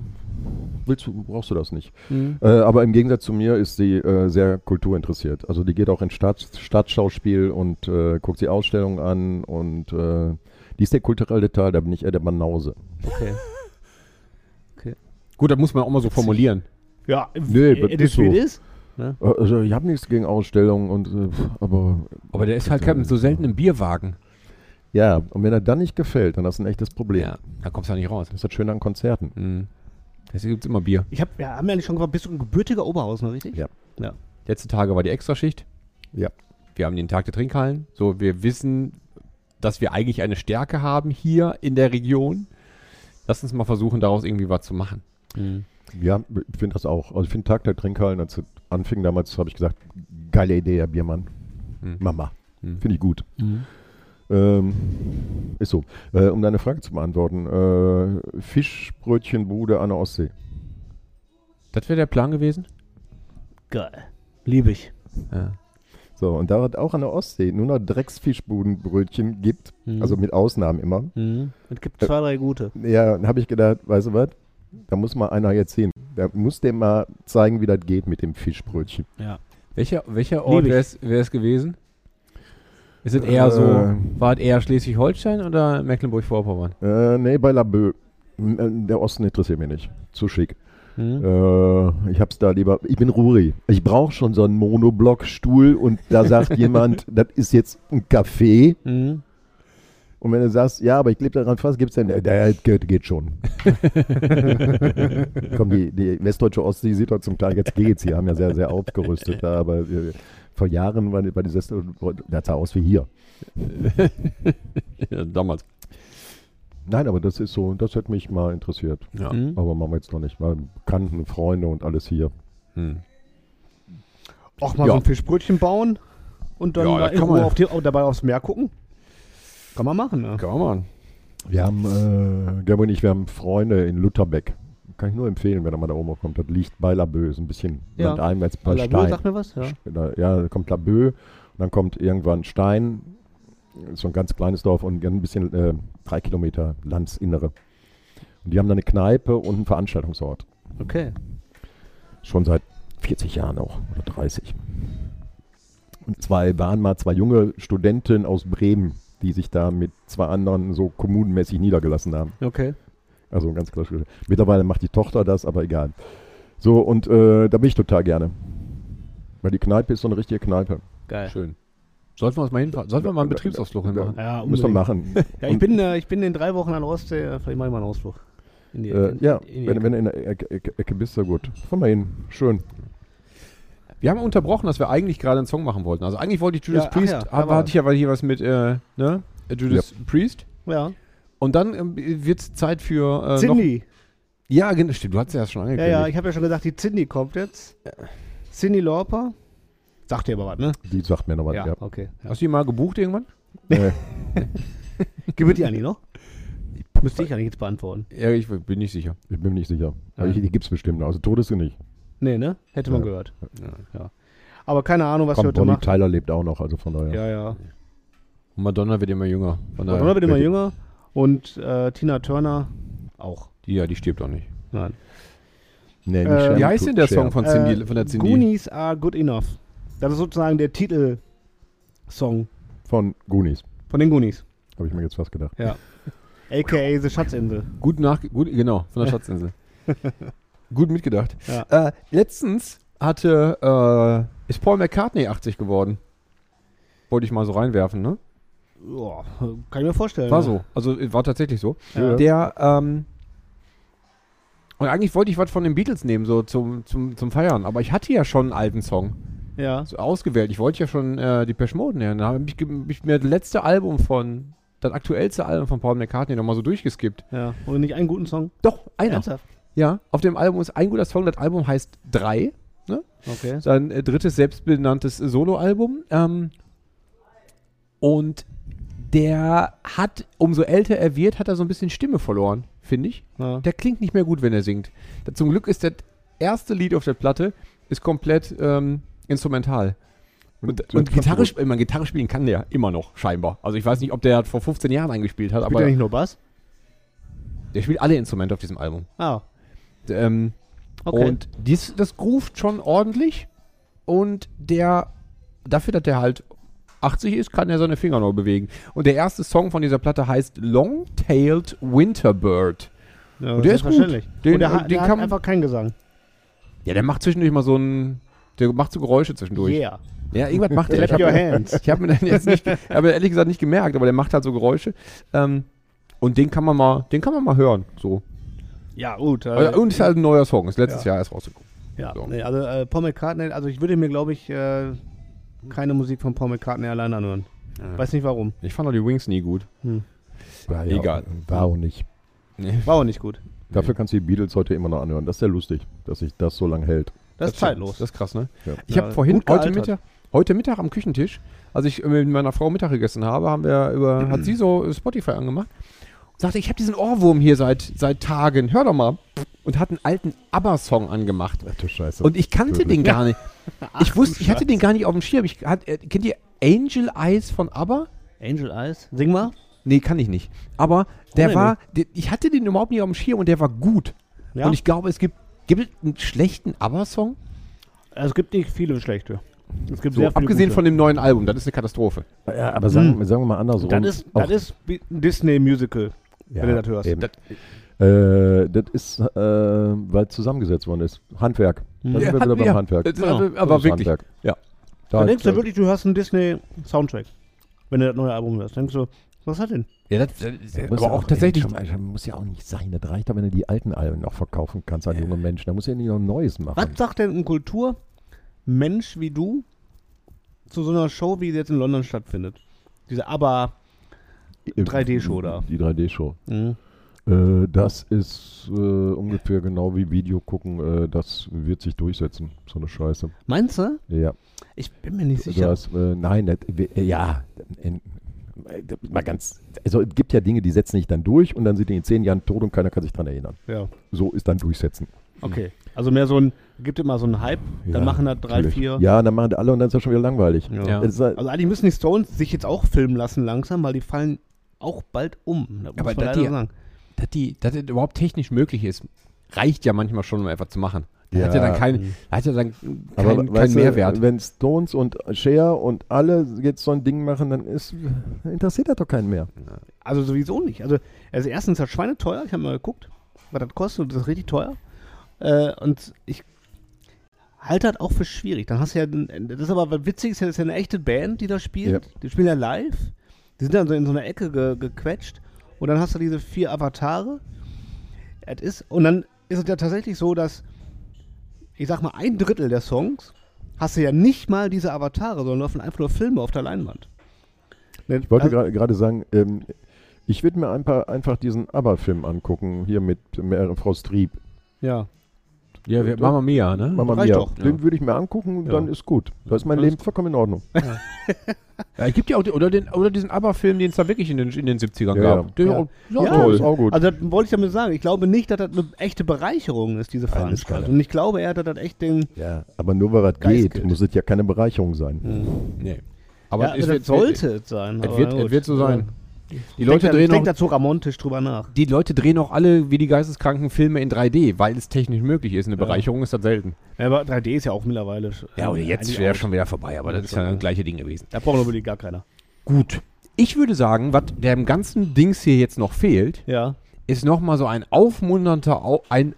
C: willst du, brauchst du das nicht.
A: Mhm.
C: Äh, aber im Gegensatz zu mir ist sie äh, sehr kulturinteressiert. Also die geht auch ins Staats Stadtschauspiel und äh, guckt sich Ausstellungen an und äh, die ist der kulturelle Teil, da bin ich eher der Banause.
A: Okay.
B: Gut, das muss man auch mal so formulieren.
A: Ja,
C: Nee, das
A: das
C: ist so.
A: Spiel ist?
C: Äh, Also ich habe nichts gegen Ausstellungen und äh, pf, aber
B: Aber der ist halt kein, so selten im Bierwagen.
C: ja, und wenn er dann nicht gefällt, dann hast du ein echtes Problem.
B: Ja, da kommst du ja nicht raus.
C: Das ist das Schöne an Konzerten.
B: Mhm. Deswegen gibt es immer Bier.
A: Ich hab, ja, haben wir eigentlich schon gefragt, bist du ein gebürtiger Oberhausner, richtig?
C: Ja.
A: Ja.
B: Letzte Tage war die Extraschicht.
C: Ja.
B: Wir haben den Tag der Trinkhallen. So, wir wissen, dass wir eigentlich eine Stärke haben hier in der Region. Lass uns mal versuchen, daraus irgendwie was zu machen.
C: Ja, ich finde das auch. Also ich finde Tag der Trinkhallen, als es anfing damals, habe ich gesagt, geile Idee, Herr Biermann. Mama. Finde ich gut. Ähm, ist so. Äh, um deine Frage zu beantworten, äh, Fischbrötchenbude an der Ostsee.
B: Das wäre der Plan gewesen.
A: Geil. Liebe ich.
C: So, und da es auch an der Ostsee nur noch Drecksfischbudenbrötchen gibt, also mit Ausnahmen immer,
A: Es
C: Äh.
A: gibt zwei, drei gute.
C: ja, dann habe ich gedacht, weißt du was, da muss mal einer jetzt hin. Da muss dem mal zeigen, wie das geht mit dem Fischbrötchen.
B: Welcher, welcher Ort
A: ich.
B: wäre es gewesen? Ist es eher so,
C: Äh.
B: war es eher Schleswig-Holstein oder Mecklenburg-Vorpommern?
C: Äh, nee, bei Labö. M- äh, Der Osten interessiert mich nicht. Zu schick. Äh, ich hab's da lieber. Ich bin Ruri. Ich brauche schon so einen Monoblock-Stuhl und da sagt jemand, das ist jetzt ein Café. Und wenn du sagst, ja, aber ich lebe daran fast, gibt's denn, der geht, geht schon. Komm, die, die westdeutsche Ostsee sieht doch zum Teil, jetzt geht's. Die haben ja sehr, sehr aufgerüstet da, aber äh, vor Jahren war die, war die Westdeutsche, das sah aus wie hier.
B: Ja, damals.
C: Nein, aber das ist so, das hätte mich mal interessiert.
B: Ja.
A: Mhm.
C: Aber machen wir jetzt noch nicht. Mal Bekannten, Freunde und alles hier.
B: Hm.
A: Auch mal
B: Ja.
A: so ein Fischbrötchen bauen und dann
B: Ja,
A: mal
B: das
A: in
B: kann
A: Ruhe
B: man.
A: auf die, auch dabei aufs Meer gucken. Kann man machen, ne?
B: Komm on.
C: Wir haben, äh, Gerbo und ich, wir haben Freunde in Lutherbeck. Kann ich nur empfehlen, wenn er mal da oben kommt. Das liegt bei Labö, ist ein bisschen
A: Ja.
C: landeinwärts bei
A: Weil Labö
C: Stein.
A: sagt mir was, ja.
C: Da, ja, da kommt Labö und dann kommt irgendwann Stein. Ist so ein ganz kleines Dorf und ein bisschen äh, drei Kilometer Landsinnere. Und die haben da eine Kneipe und einen Veranstaltungsort.
A: Okay.
C: Schon seit 40 Jahren auch oder 30. Und zwei waren mal zwei junge Studentinnen aus Bremen, die sich da mit zwei anderen so kommunenmäßig niedergelassen haben.
A: Okay.
C: Also ganz klassisch. Mittlerweile macht die Tochter das, aber egal. So, und äh, da bin ich total gerne. Weil die Kneipe ist so eine richtige Kneipe.
A: Geil.
B: Schön. Sollten wir uns mal hinfahren? Sollten wir mal einen Betriebsausflug hinmachen?
A: Ja,
C: Müssen wir
A: unbedingt.
C: machen.
A: Ja, ich bin, äh, ich bin in drei Wochen an der Ostsee, äh, vielleicht mache ich mal einen Ausflug. In die,
C: äh,
A: in-
C: ja,
A: in die
C: wenn, wenn du in der Ecke, Ecke, Ecke bist, so gut. Fahr mal hin. Schön.
B: Wir haben unterbrochen, dass wir eigentlich gerade einen Song machen wollten. Also eigentlich wollte ich Judas
A: Ja, ach
B: Priest,
A: ja, da
B: aber
A: war
B: hatte ich ja weil hier was mit äh, ne? Äh, Judas Priest.
C: äh,
A: Ja.
B: Und dann ähm, wird es Zeit für. Äh, noch,
A: Cindy.
B: ja, genau, stimmt. Du hast ja das schon
A: Ja,
B: angekündigt.
A: ja, ich habe ja schon gesagt, die Cindy kommt jetzt. Cindy Lauper. Sagt dir aber was, ne?
C: Die sagt mir noch was. Ja.
A: okay. Ja.
B: Hast du die mal gebucht irgendwann?
C: Äh,
A: Gebührt die eigentlich noch? Müsste ich eigentlich jetzt beantworten.
B: Ja, ich bin nicht sicher.
C: ich bin mir nicht sicher. Aber
A: Ja.
C: die, die gibt es bestimmt. noch. Also tot ist sie nicht.
A: Nee, ne? Hätte man
C: Ja.
A: gehört. Ja. Aber keine Ahnung, was
C: Komm,
A: wir heute
C: Bonnie
A: machen.
C: Tyler lebt auch noch, also von daher.
A: Ja, ja.
B: Und Madonna wird immer jünger. Von daher-
A: Madonna wird immer
C: richtig.
A: jünger und äh, Tina Turner auch.
B: Die, ja, die stirbt auch nicht.
A: Nein.
C: Nee, nicht
A: Äh,
C: Sharon
B: Wie heißt denn
C: Tate-
B: der Song
C: Sharon.
B: von, Cindy,
A: Äh,
B: von der Cindy?
A: Goonies are good enough. Das ist sozusagen der Titelsong
C: Von Goonies.
A: von den Goonies.
C: Habe ich mir jetzt fast gedacht.
A: Ja. AKA The Schatzinsel.
B: Gut nach, gut, genau, von der Schatzinsel. gut mitgedacht.
A: Ja.
B: Äh, letztens hatte, äh, ist Paul McCartney 80 geworden. Wollte ich mal so reinwerfen, ne?
A: Ja, kann ich mir vorstellen.
B: War
A: ne?
B: so. Also äh, war tatsächlich so.
A: Ja.
B: Der, ähm, und eigentlich wollte ich was von den Beatles nehmen, so zum, zum, zum Feiern. Aber ich hatte ja schon einen alten Song
A: Ja.
B: so ausgewählt. Ich wollte ja schon äh, die Mode nehmen. Da habe ich, ge- ich mir das letzte Album von, das aktuellste Album von Paul McCartney nochmal so durchgeskippt.
A: ja. Und nicht einen guten Song.
B: Doch, einer.
A: Ernsthaft?
B: Ja, auf dem Album ist ein guter Song. Das Album heißt Drei. Ne?
A: Okay.
B: Sein äh, drittes selbstbenanntes Soloalbum. Ähm, und der hat, umso älter er wird, hat er so ein bisschen Stimme verloren, finde ich.
A: Ja.
B: Der klingt nicht mehr gut, wenn er singt. Da- Zum Glück ist das erste Lied auf der Platte ist komplett ähm, instrumental. Und, und, Gitarre, sp- ich meine, Gitarre spielen kann der immer noch, scheinbar. Also ich weiß nicht, ob der das vor 15 Jahren eingespielt hat,
A: Spielt er
B: aber
A: nicht nur Bass?
B: der spielt alle Instrumente auf diesem Album.
A: Ah,
B: Ähm,
A: okay.
B: und dies, das groovt schon ordentlich. Und der, dafür, dass der halt 80 ist, kann er seine Finger noch bewegen. Und der erste Song von dieser Platte heißt Long-Tailed Winterbird.
A: ja,
B: und der ist gut.
A: selbstverständlich.
B: Den-
A: und der, hat-
B: den
A: der
B: kann
A: hat
B: man-
A: einfach keinen Gesang.
B: Ja, der macht zwischendurch mal so ein. Der macht so Geräusche zwischendurch.
A: Yeah.
B: Ja, irgendwas macht der. Ich
A: Clap
B: hab-
A: your hands.
B: Ich habe mir den jetzt nicht, aber ehrlich gesagt nicht gemerkt, aber der macht halt so Geräusche. Ähm, und den kann man mal, den kann man mal hören. So.
A: Ja, gut. äh,
B: Also, und ist halt ein neuer Song, ist letztes Jahr erst rausgekommen.
A: ja.
B: so.
A: Nee, also äh, Paul McCartney, also ich würde mir, glaube ich, äh, keine Musik von Paul McCartney alleine anhören. Weiß nicht warum.
B: Ich fand auch die Wings nie gut.
C: War
B: Egal.
C: War auch nicht.
A: War auch nicht gut.
C: Dafür kannst du die Beatles heute immer noch anhören. Das ist ja lustig, dass sich das so lange hält.
A: Das, ist zeitlos.
B: Das ist krass, ne?
C: Ja.
B: Ich habe
A: Ja,
B: vorhin
A: gut
B: heute
A: gealtert.
B: Mittag, heute Mittag am Küchentisch, als ich mit meiner Frau Mittag gegessen habe, haben wir über, hat sie so Spotify angemacht und sagte, ich habe diesen Ohrwurm hier seit, seit Tagen. Hör doch mal. Und hat einen alten ABBA-Song angemacht.
C: Ach du Scheiße.
B: Und ich kannte den gar nicht. Ich wusste, ich hatte den gar nicht auf dem Schirm. Ich hat, äh, kennt ihr Angel Eyes von ABBA?
A: Angel Eyes. Sing mal.
B: Nee, kann ich nicht. Aber der
A: Warum denn
B: war, der, ich hatte den überhaupt nicht auf dem Schirm und der war gut.
A: Ja.
B: Und ich glaube, es gibt, gibt es einen schlechten ABBA-Song?
A: Also, es gibt nicht viele schlechte. Es gibt
B: So,
A: sehr viele
B: abgesehen
A: gute.
B: von dem neuen Album, das ist eine Katastrophe.
C: ja, aber sagen, sagen wir mal andersrum.
A: Das ist,
C: Auch-
A: das ist wie ein Disney-Musical,
C: ja,
A: wenn du das hörst.
C: eben.
B: Das-
C: Äh, das ist, äh, weil zusammengesetzt worden ist. Handwerk. Da sind wir wieder beim
B: Ja,
C: Handwerk.
B: das ist
A: Ja.
B: aber-
C: Das
B: aber
C: ist
B: wirklich.
C: Handwerk.
B: Ja.
C: Da,
A: Dann denkst
C: da,
A: du wirklich, du hörst einen Disney-Soundtrack, wenn du das neue Album hörst. Denkst du, was hat denn?
B: Ja, das, das, das,
C: muss
B: aber
C: ja
B: auch tatsächlich.
C: Ey, schau mal, muss ja auch nicht sein. Das reicht doch, wenn du die alten Alben noch verkaufen kannst an junge Menschen. Da muss ja nicht noch ein neues machen.
A: Was sagt denn ein Kulturmensch wie du zu so einer Show, wie sie jetzt in London stattfindet? Diese aber 3D-Show da.
C: Die 3D-Show.
A: Mhm.
C: Äh, das ist äh, ungefähr genau wie Video gucken. Äh, das wird sich durchsetzen. So eine Scheiße.
A: Meinst du?
C: Ja.
A: Ich bin mir nicht
C: Du
A: sicher.
C: hast, äh, nein, das, wir- äh, ja. In, mal ganz. Also es gibt ja Dinge, die setzen sich dann durch und dann sind die in zehn Jahren tot und keiner kann sich dran erinnern.
A: Ja,
C: So ist dann durchsetzen.
A: okay. Also mehr so ein, gibt immer so einen Hype,
C: Ja,
A: dann machen da drei,
C: natürlich.
A: vier.
C: Ja, dann machen die alle und dann ist das schon wieder langweilig.
B: Ja.
C: Es ist halt,
A: Also eigentlich müssen die Stones sich jetzt auch filmen lassen langsam, weil die fallen auch bald um. Das muss
B: Aber
A: man
B: das
A: leider
B: hier-
A: sagen.
B: dass, die, dass das überhaupt technisch möglich ist, reicht ja manchmal schon, um etwas zu machen. Da hat ja
C: Ja.
B: dann keinen hat ja dann
C: aber
B: kein, keinen
C: weißt du,
B: Mehrwert.
C: Wenn Stones und Cher und alle jetzt so ein Ding machen, dann ist, dann interessiert das doch keinen mehr.
A: Also sowieso nicht. Also, also erstens ist das schweineteuer. Ich habe mal geguckt, was das kostet. und Das ist richtig teuer. Äh, und ich halte das auch für schwierig. Dann hast du ja, ein- das ist aber was Witziges, das ist ja eine echte Band, die da spielt.
C: Ja.
A: Die spielen ja live. Die sind dann so in so einer Ecke ge gequetscht. Und dann hast du diese vier Avatare. Es ist, und dann ist es ja tatsächlich so, dass ich sag mal, ein Drittel der Songs hast du ja nicht mal diese Avatare, sondern laufen einfach nur Filme auf der Leinwand.
C: Ich wollte
A: also
C: gra- gerade sagen, ähm, ich würde mir ein paar, einfach diesen ABBA-Film angucken, hier mit mehr, Frau Strieb.
A: Ja.
B: ja, wir, Mama Mia, ne?
C: Mama
A: Hm, reicht
C: Mia.
A: doch.
C: Den würde ich mir angucken, dann ist gut. Da ist mein
A: Alles
C: Leben vollkommen in Ordnung.
B: Ja, es gibt ja auch die, oder, den, oder diesen ABBA-Film, den es da wirklich in den, in den 70ern
C: Ja,
B: gab.
C: ja.
B: Der
A: Ja.
B: Auch, ist auch
A: Ja.
B: toll.
C: Ist auch gut.
A: Also das wollte ich damit sagen. Ich glaube nicht, dass das eine echte Bereicherung ist, diese Veranstaltung. Und ich glaube eher, dass das echt den...
C: ja, aber nur weil das
A: Geist
C: geht,
A: gilt.
C: muss es ja keine Bereicherung sein.
B: Nee.
A: Ja,
B: Aber es
A: das
B: wird,
A: sollte es sein.
B: Es
A: aber
B: wird,
A: na
B: es
A: gut.
B: wird so sein. Die
A: Ich
B: Leute,
A: denke, ich
B: drehen
A: denke
B: auch,
A: dazu romantisch drüber nach.
B: die Leute drehen auch alle wie die geisteskranken Filme in 3D, weil es technisch möglich ist. Eine Bereicherung ist das selten.
A: Ja, aber 3D ist ja auch mittlerweile... sch- äh,
B: Ja, und jetzt
A: eigentlich
B: wäre
A: auch-
B: schon wieder vorbei, aber das ist ja das gleiche Ding gewesen.
A: Da braucht natürlich gar keiner.
B: Gut. Ich würde sagen, was dem ganzen Dings hier jetzt noch fehlt,
A: Ja,
B: ist nochmal so ein aufmunternder, Au- ein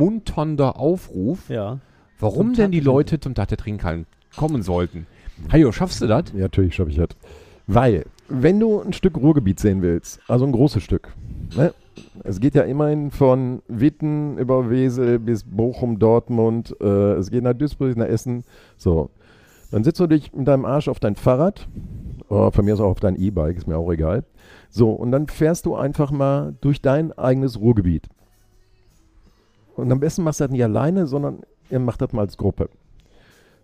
B: aufmunternder Aufruf,
A: ja.
B: warum denn die Leute zum Tate trinken kommen sollten. Hajo, schaffst du das?
C: Ja, natürlich schaffe ich das. Weil, wenn du ein Stück Ruhrgebiet sehen willst, also ein großes Stück, ne? es geht ja immerhin von Witten über Wesel bis Bochum, Dortmund, äh, es geht nach Duisburg, nach Essen, so. Dann sitzt du dich mit deinem Arsch auf dein Fahrrad, oder von mir aus auch auf dein E-Bike, ist mir auch egal. So, und dann fährst du einfach mal durch dein eigenes Ruhrgebiet. Und am besten machst du das nicht alleine, sondern ihr macht das mal als Gruppe.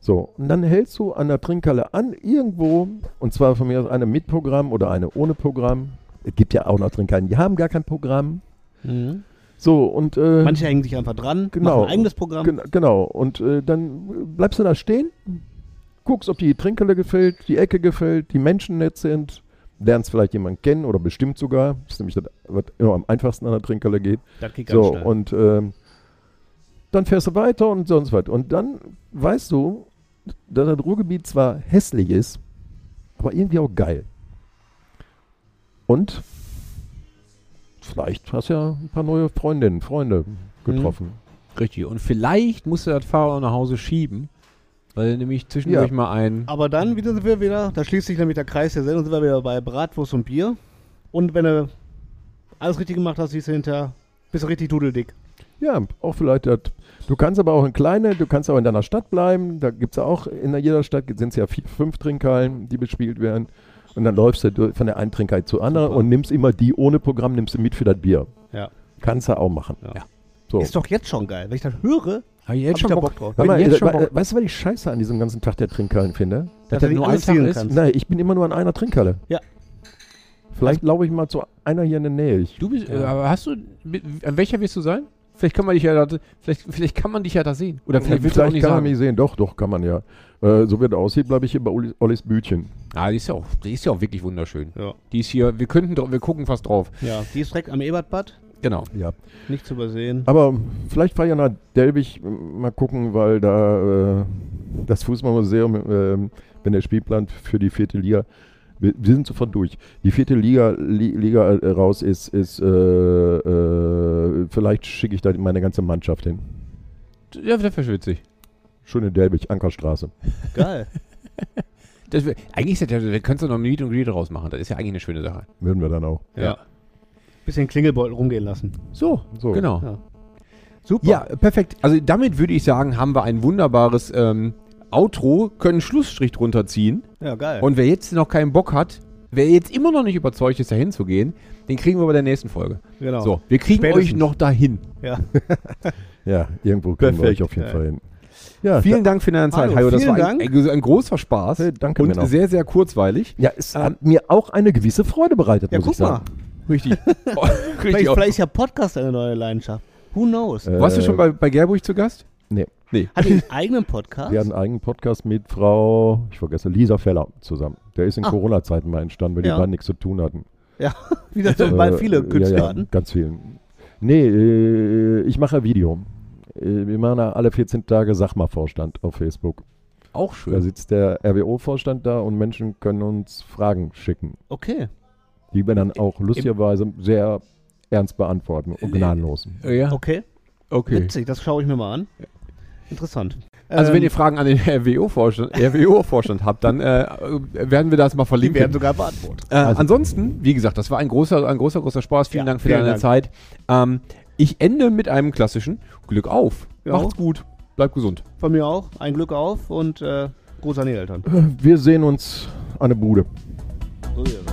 C: So, und dann hältst du an der Trinkhalle an, irgendwo, und zwar von mir aus eine mit Programm oder eine ohne Programm. Es gibt ja auch noch Trinkhallen, die haben gar kein Programm.
A: Mhm.
C: So, und. Äh,
A: Manche hängen sich einfach dran,
C: Genau.
A: machen ein eigenes Programm.
C: Gen genau, und äh, dann bleibst du da stehen, guckst, ob die Trinkhalle gefällt, die Ecke gefällt, die Menschen nett sind, lernst vielleicht jemanden kennen oder bestimmt sogar. Das ist nämlich das, was immer am einfachsten an der Trinkhalle geht.
A: Das geht ganz
C: So,
A: schnell.
C: und ähm, dann fährst du weiter und sonst was. Und dann weißt du, dass das Ruhrgebiet zwar hässlich ist, aber irgendwie auch geil. Und vielleicht hast du ja ein paar neue Freundinnen, Freunde getroffen.
B: Richtig. Und vielleicht musst du das Fahrrad auch nach Hause schieben, weil du nämlich zwischendurch
C: Ja.
B: mal ein.
A: Aber dann wieder sind wir wieder, da schließt sich nämlich der Kreis der Sendung, sind wir wieder bei Bratwurst und Bier. Und wenn du alles richtig gemacht hast, siehst du hinterher, bist du richtig dudeldick.
C: Ja, auch vielleicht. Das, du kannst aber auch in kleine, du kannst auch in deiner Stadt bleiben. Da gibt es ja auch, in jeder Stadt sind es ja vier, fünf Trinkhallen, die bespielt werden. Und dann läufst du durch- von der einen Trinkhalle zur anderen
A: Super.
C: und nimmst immer die ohne Programm, nimmst du mit für das Bier.
A: Ja.
C: Kannst du auch machen.
B: Ja.
C: So.
A: Ist doch jetzt schon geil. Wenn ich das höre,
B: Hab ich jetzt
A: hab ich da Bock drauf.
C: Sag
B: bin
C: mal,
B: jetzt
C: äh,
B: schon
C: we-
B: Bock-
C: äh, weißt du, was ich scheiße an diesem ganzen Tag der Trinkhallen finde?
A: dass
B: das
A: du
B: nur
A: nicht alles
B: ein Tag
A: sehen
B: ist?
A: kannst.
C: Nein, ich bin immer nur an einer Trinkhalle.
A: Ja.
C: Vielleicht laufe ich mal zu einer hier in der Nähe. Ich,
B: Du bist, äh, aber hast du, mit- an welcher wirst du sein? Vielleicht kann man dich ja da, vielleicht, vielleicht kann man dich ja da sehen. Oder vielleicht willst du auch
C: vielleicht
B: nicht
C: kann man
B: sagen.
C: mich sehen. Doch, doch, kann man ja. Äh, so wie das aussieht, bleibe ich hier bei Olli- Ollis Bütchen.
B: Ah, die ist ja auch, die ist ja auch wirklich wunderschön.
A: Ja.
B: Die ist hier, wir könnten, dr- wir gucken fast drauf.
A: ja, die ist direkt am Ebertbad,
B: Genau.
C: Ja.
A: nicht zu übersehen.
C: Aber vielleicht fahre ich ja nach Delwig äh, mal gucken, weil da äh, das Fußballmuseum, äh, wenn der Spielplan für die vierte Liga, wir, wir sind sofort durch, die vierte Liga, Li, Liga äh, raus ist, ist äh, äh, vielleicht schicke ich da meine ganze Mannschaft hin.
B: Ja, das wäre witzig.
C: Schöne Delwig, Ankerstraße.
A: Geil.
B: Das wär, eigentlich ist das ja, da könntest du noch ein Lied und Glied draus machen. Das ist ja eigentlich eine schöne Sache.
C: Würden wir dann auch.
B: Ja.
A: Bisschen Klingelbeutel rumgehen lassen.
B: So,
C: So.
B: genau.
A: Ja. Super.
B: Ja, perfekt. Also damit würde ich sagen, haben wir ein wunderbares ähm, Outro, können Schlussstrich drunter ziehen.
A: ja geil.
B: Und wer jetzt noch keinen Bock hat, wer jetzt immer noch nicht überzeugt ist, dahin zu gehen, den kriegen wir bei der nächsten Folge.
A: genau.
B: So, wir kriegen
A: Spätestens.
B: euch noch dahin.
A: Ja.
C: Ja, irgendwo können wir
B: Perfekt.
C: euch auf jeden
A: Ja.
C: Fall hin. Ja,
B: Vielen Dank für deine Zeit,
A: Hallo,
B: Hajo. Das
A: vielen
B: war ein, ein, ein großer Spaß
C: Hey, danke,
B: und
C: Männer.
B: sehr, sehr kurzweilig.
C: da, ja, es hat mir auch eine gewisse Freude bereitet,
A: Ja,
C: muss
A: guck
C: ich sagen.
A: mal.
B: Richtig. Oh, richtig.
A: Vielleicht,
B: auch.
A: vielleicht ist ja Podcast eine neue Leidenschaft. Who knows?
B: Warst du
C: Äh,
B: schon bei, bei Gerburg zu Gast?
C: Nee.
B: Nee.
A: Hat die einen eigenen Podcast?
C: Wir hatten einen eigenen Podcast mit Frau, ich vergesse, Lisa Feller zusammen. Der ist in
A: Ah.
C: Corona-Zeiten mal entstanden, weil
A: Ja.
C: die beiden nichts zu tun hatten.
A: Ja, wie das so bei
C: Äh,
A: viele Künstler
C: ja, ja,
A: hatten.
C: Ganz vielen. Nee, äh, ich mache ein Video. Äh, Wir machen da alle 14 Tage Sachma-Vorstand auf Facebook.
B: Auch
C: Da
B: schön.
C: sitzt der RWO-Vorstand da und Menschen können uns Fragen schicken,
A: Okay.
C: die wir dann auch lustigerweise sehr ernst beantworten und gnadenlos.
B: Äh, ja,
A: Okay.
B: okay.
A: Witzig, das schaue ich mir mal an. Interessant.
B: Also wenn
A: Ähm,
B: ihr Fragen an den RWO-Vorstand RWO habt, dann äh, werden wir das mal
A: die
B: verlinken.
A: werden sogar beantwortet.
B: Äh, ansonsten, wie gesagt, das war ein großer, ein großer, großer Spaß. Vielen
A: Ja,
B: Dank für
A: vielen
B: deine
A: Dank.
B: Zeit. Ähm, ich ende mit einem klassischen Glück auf.
A: Ja.
B: Macht's gut. Bleibt gesund.
A: Von mir auch. Ein Glück auf und äh, Gruß an die Eltern.
C: Wir sehen uns an der Bude.
A: So ist es.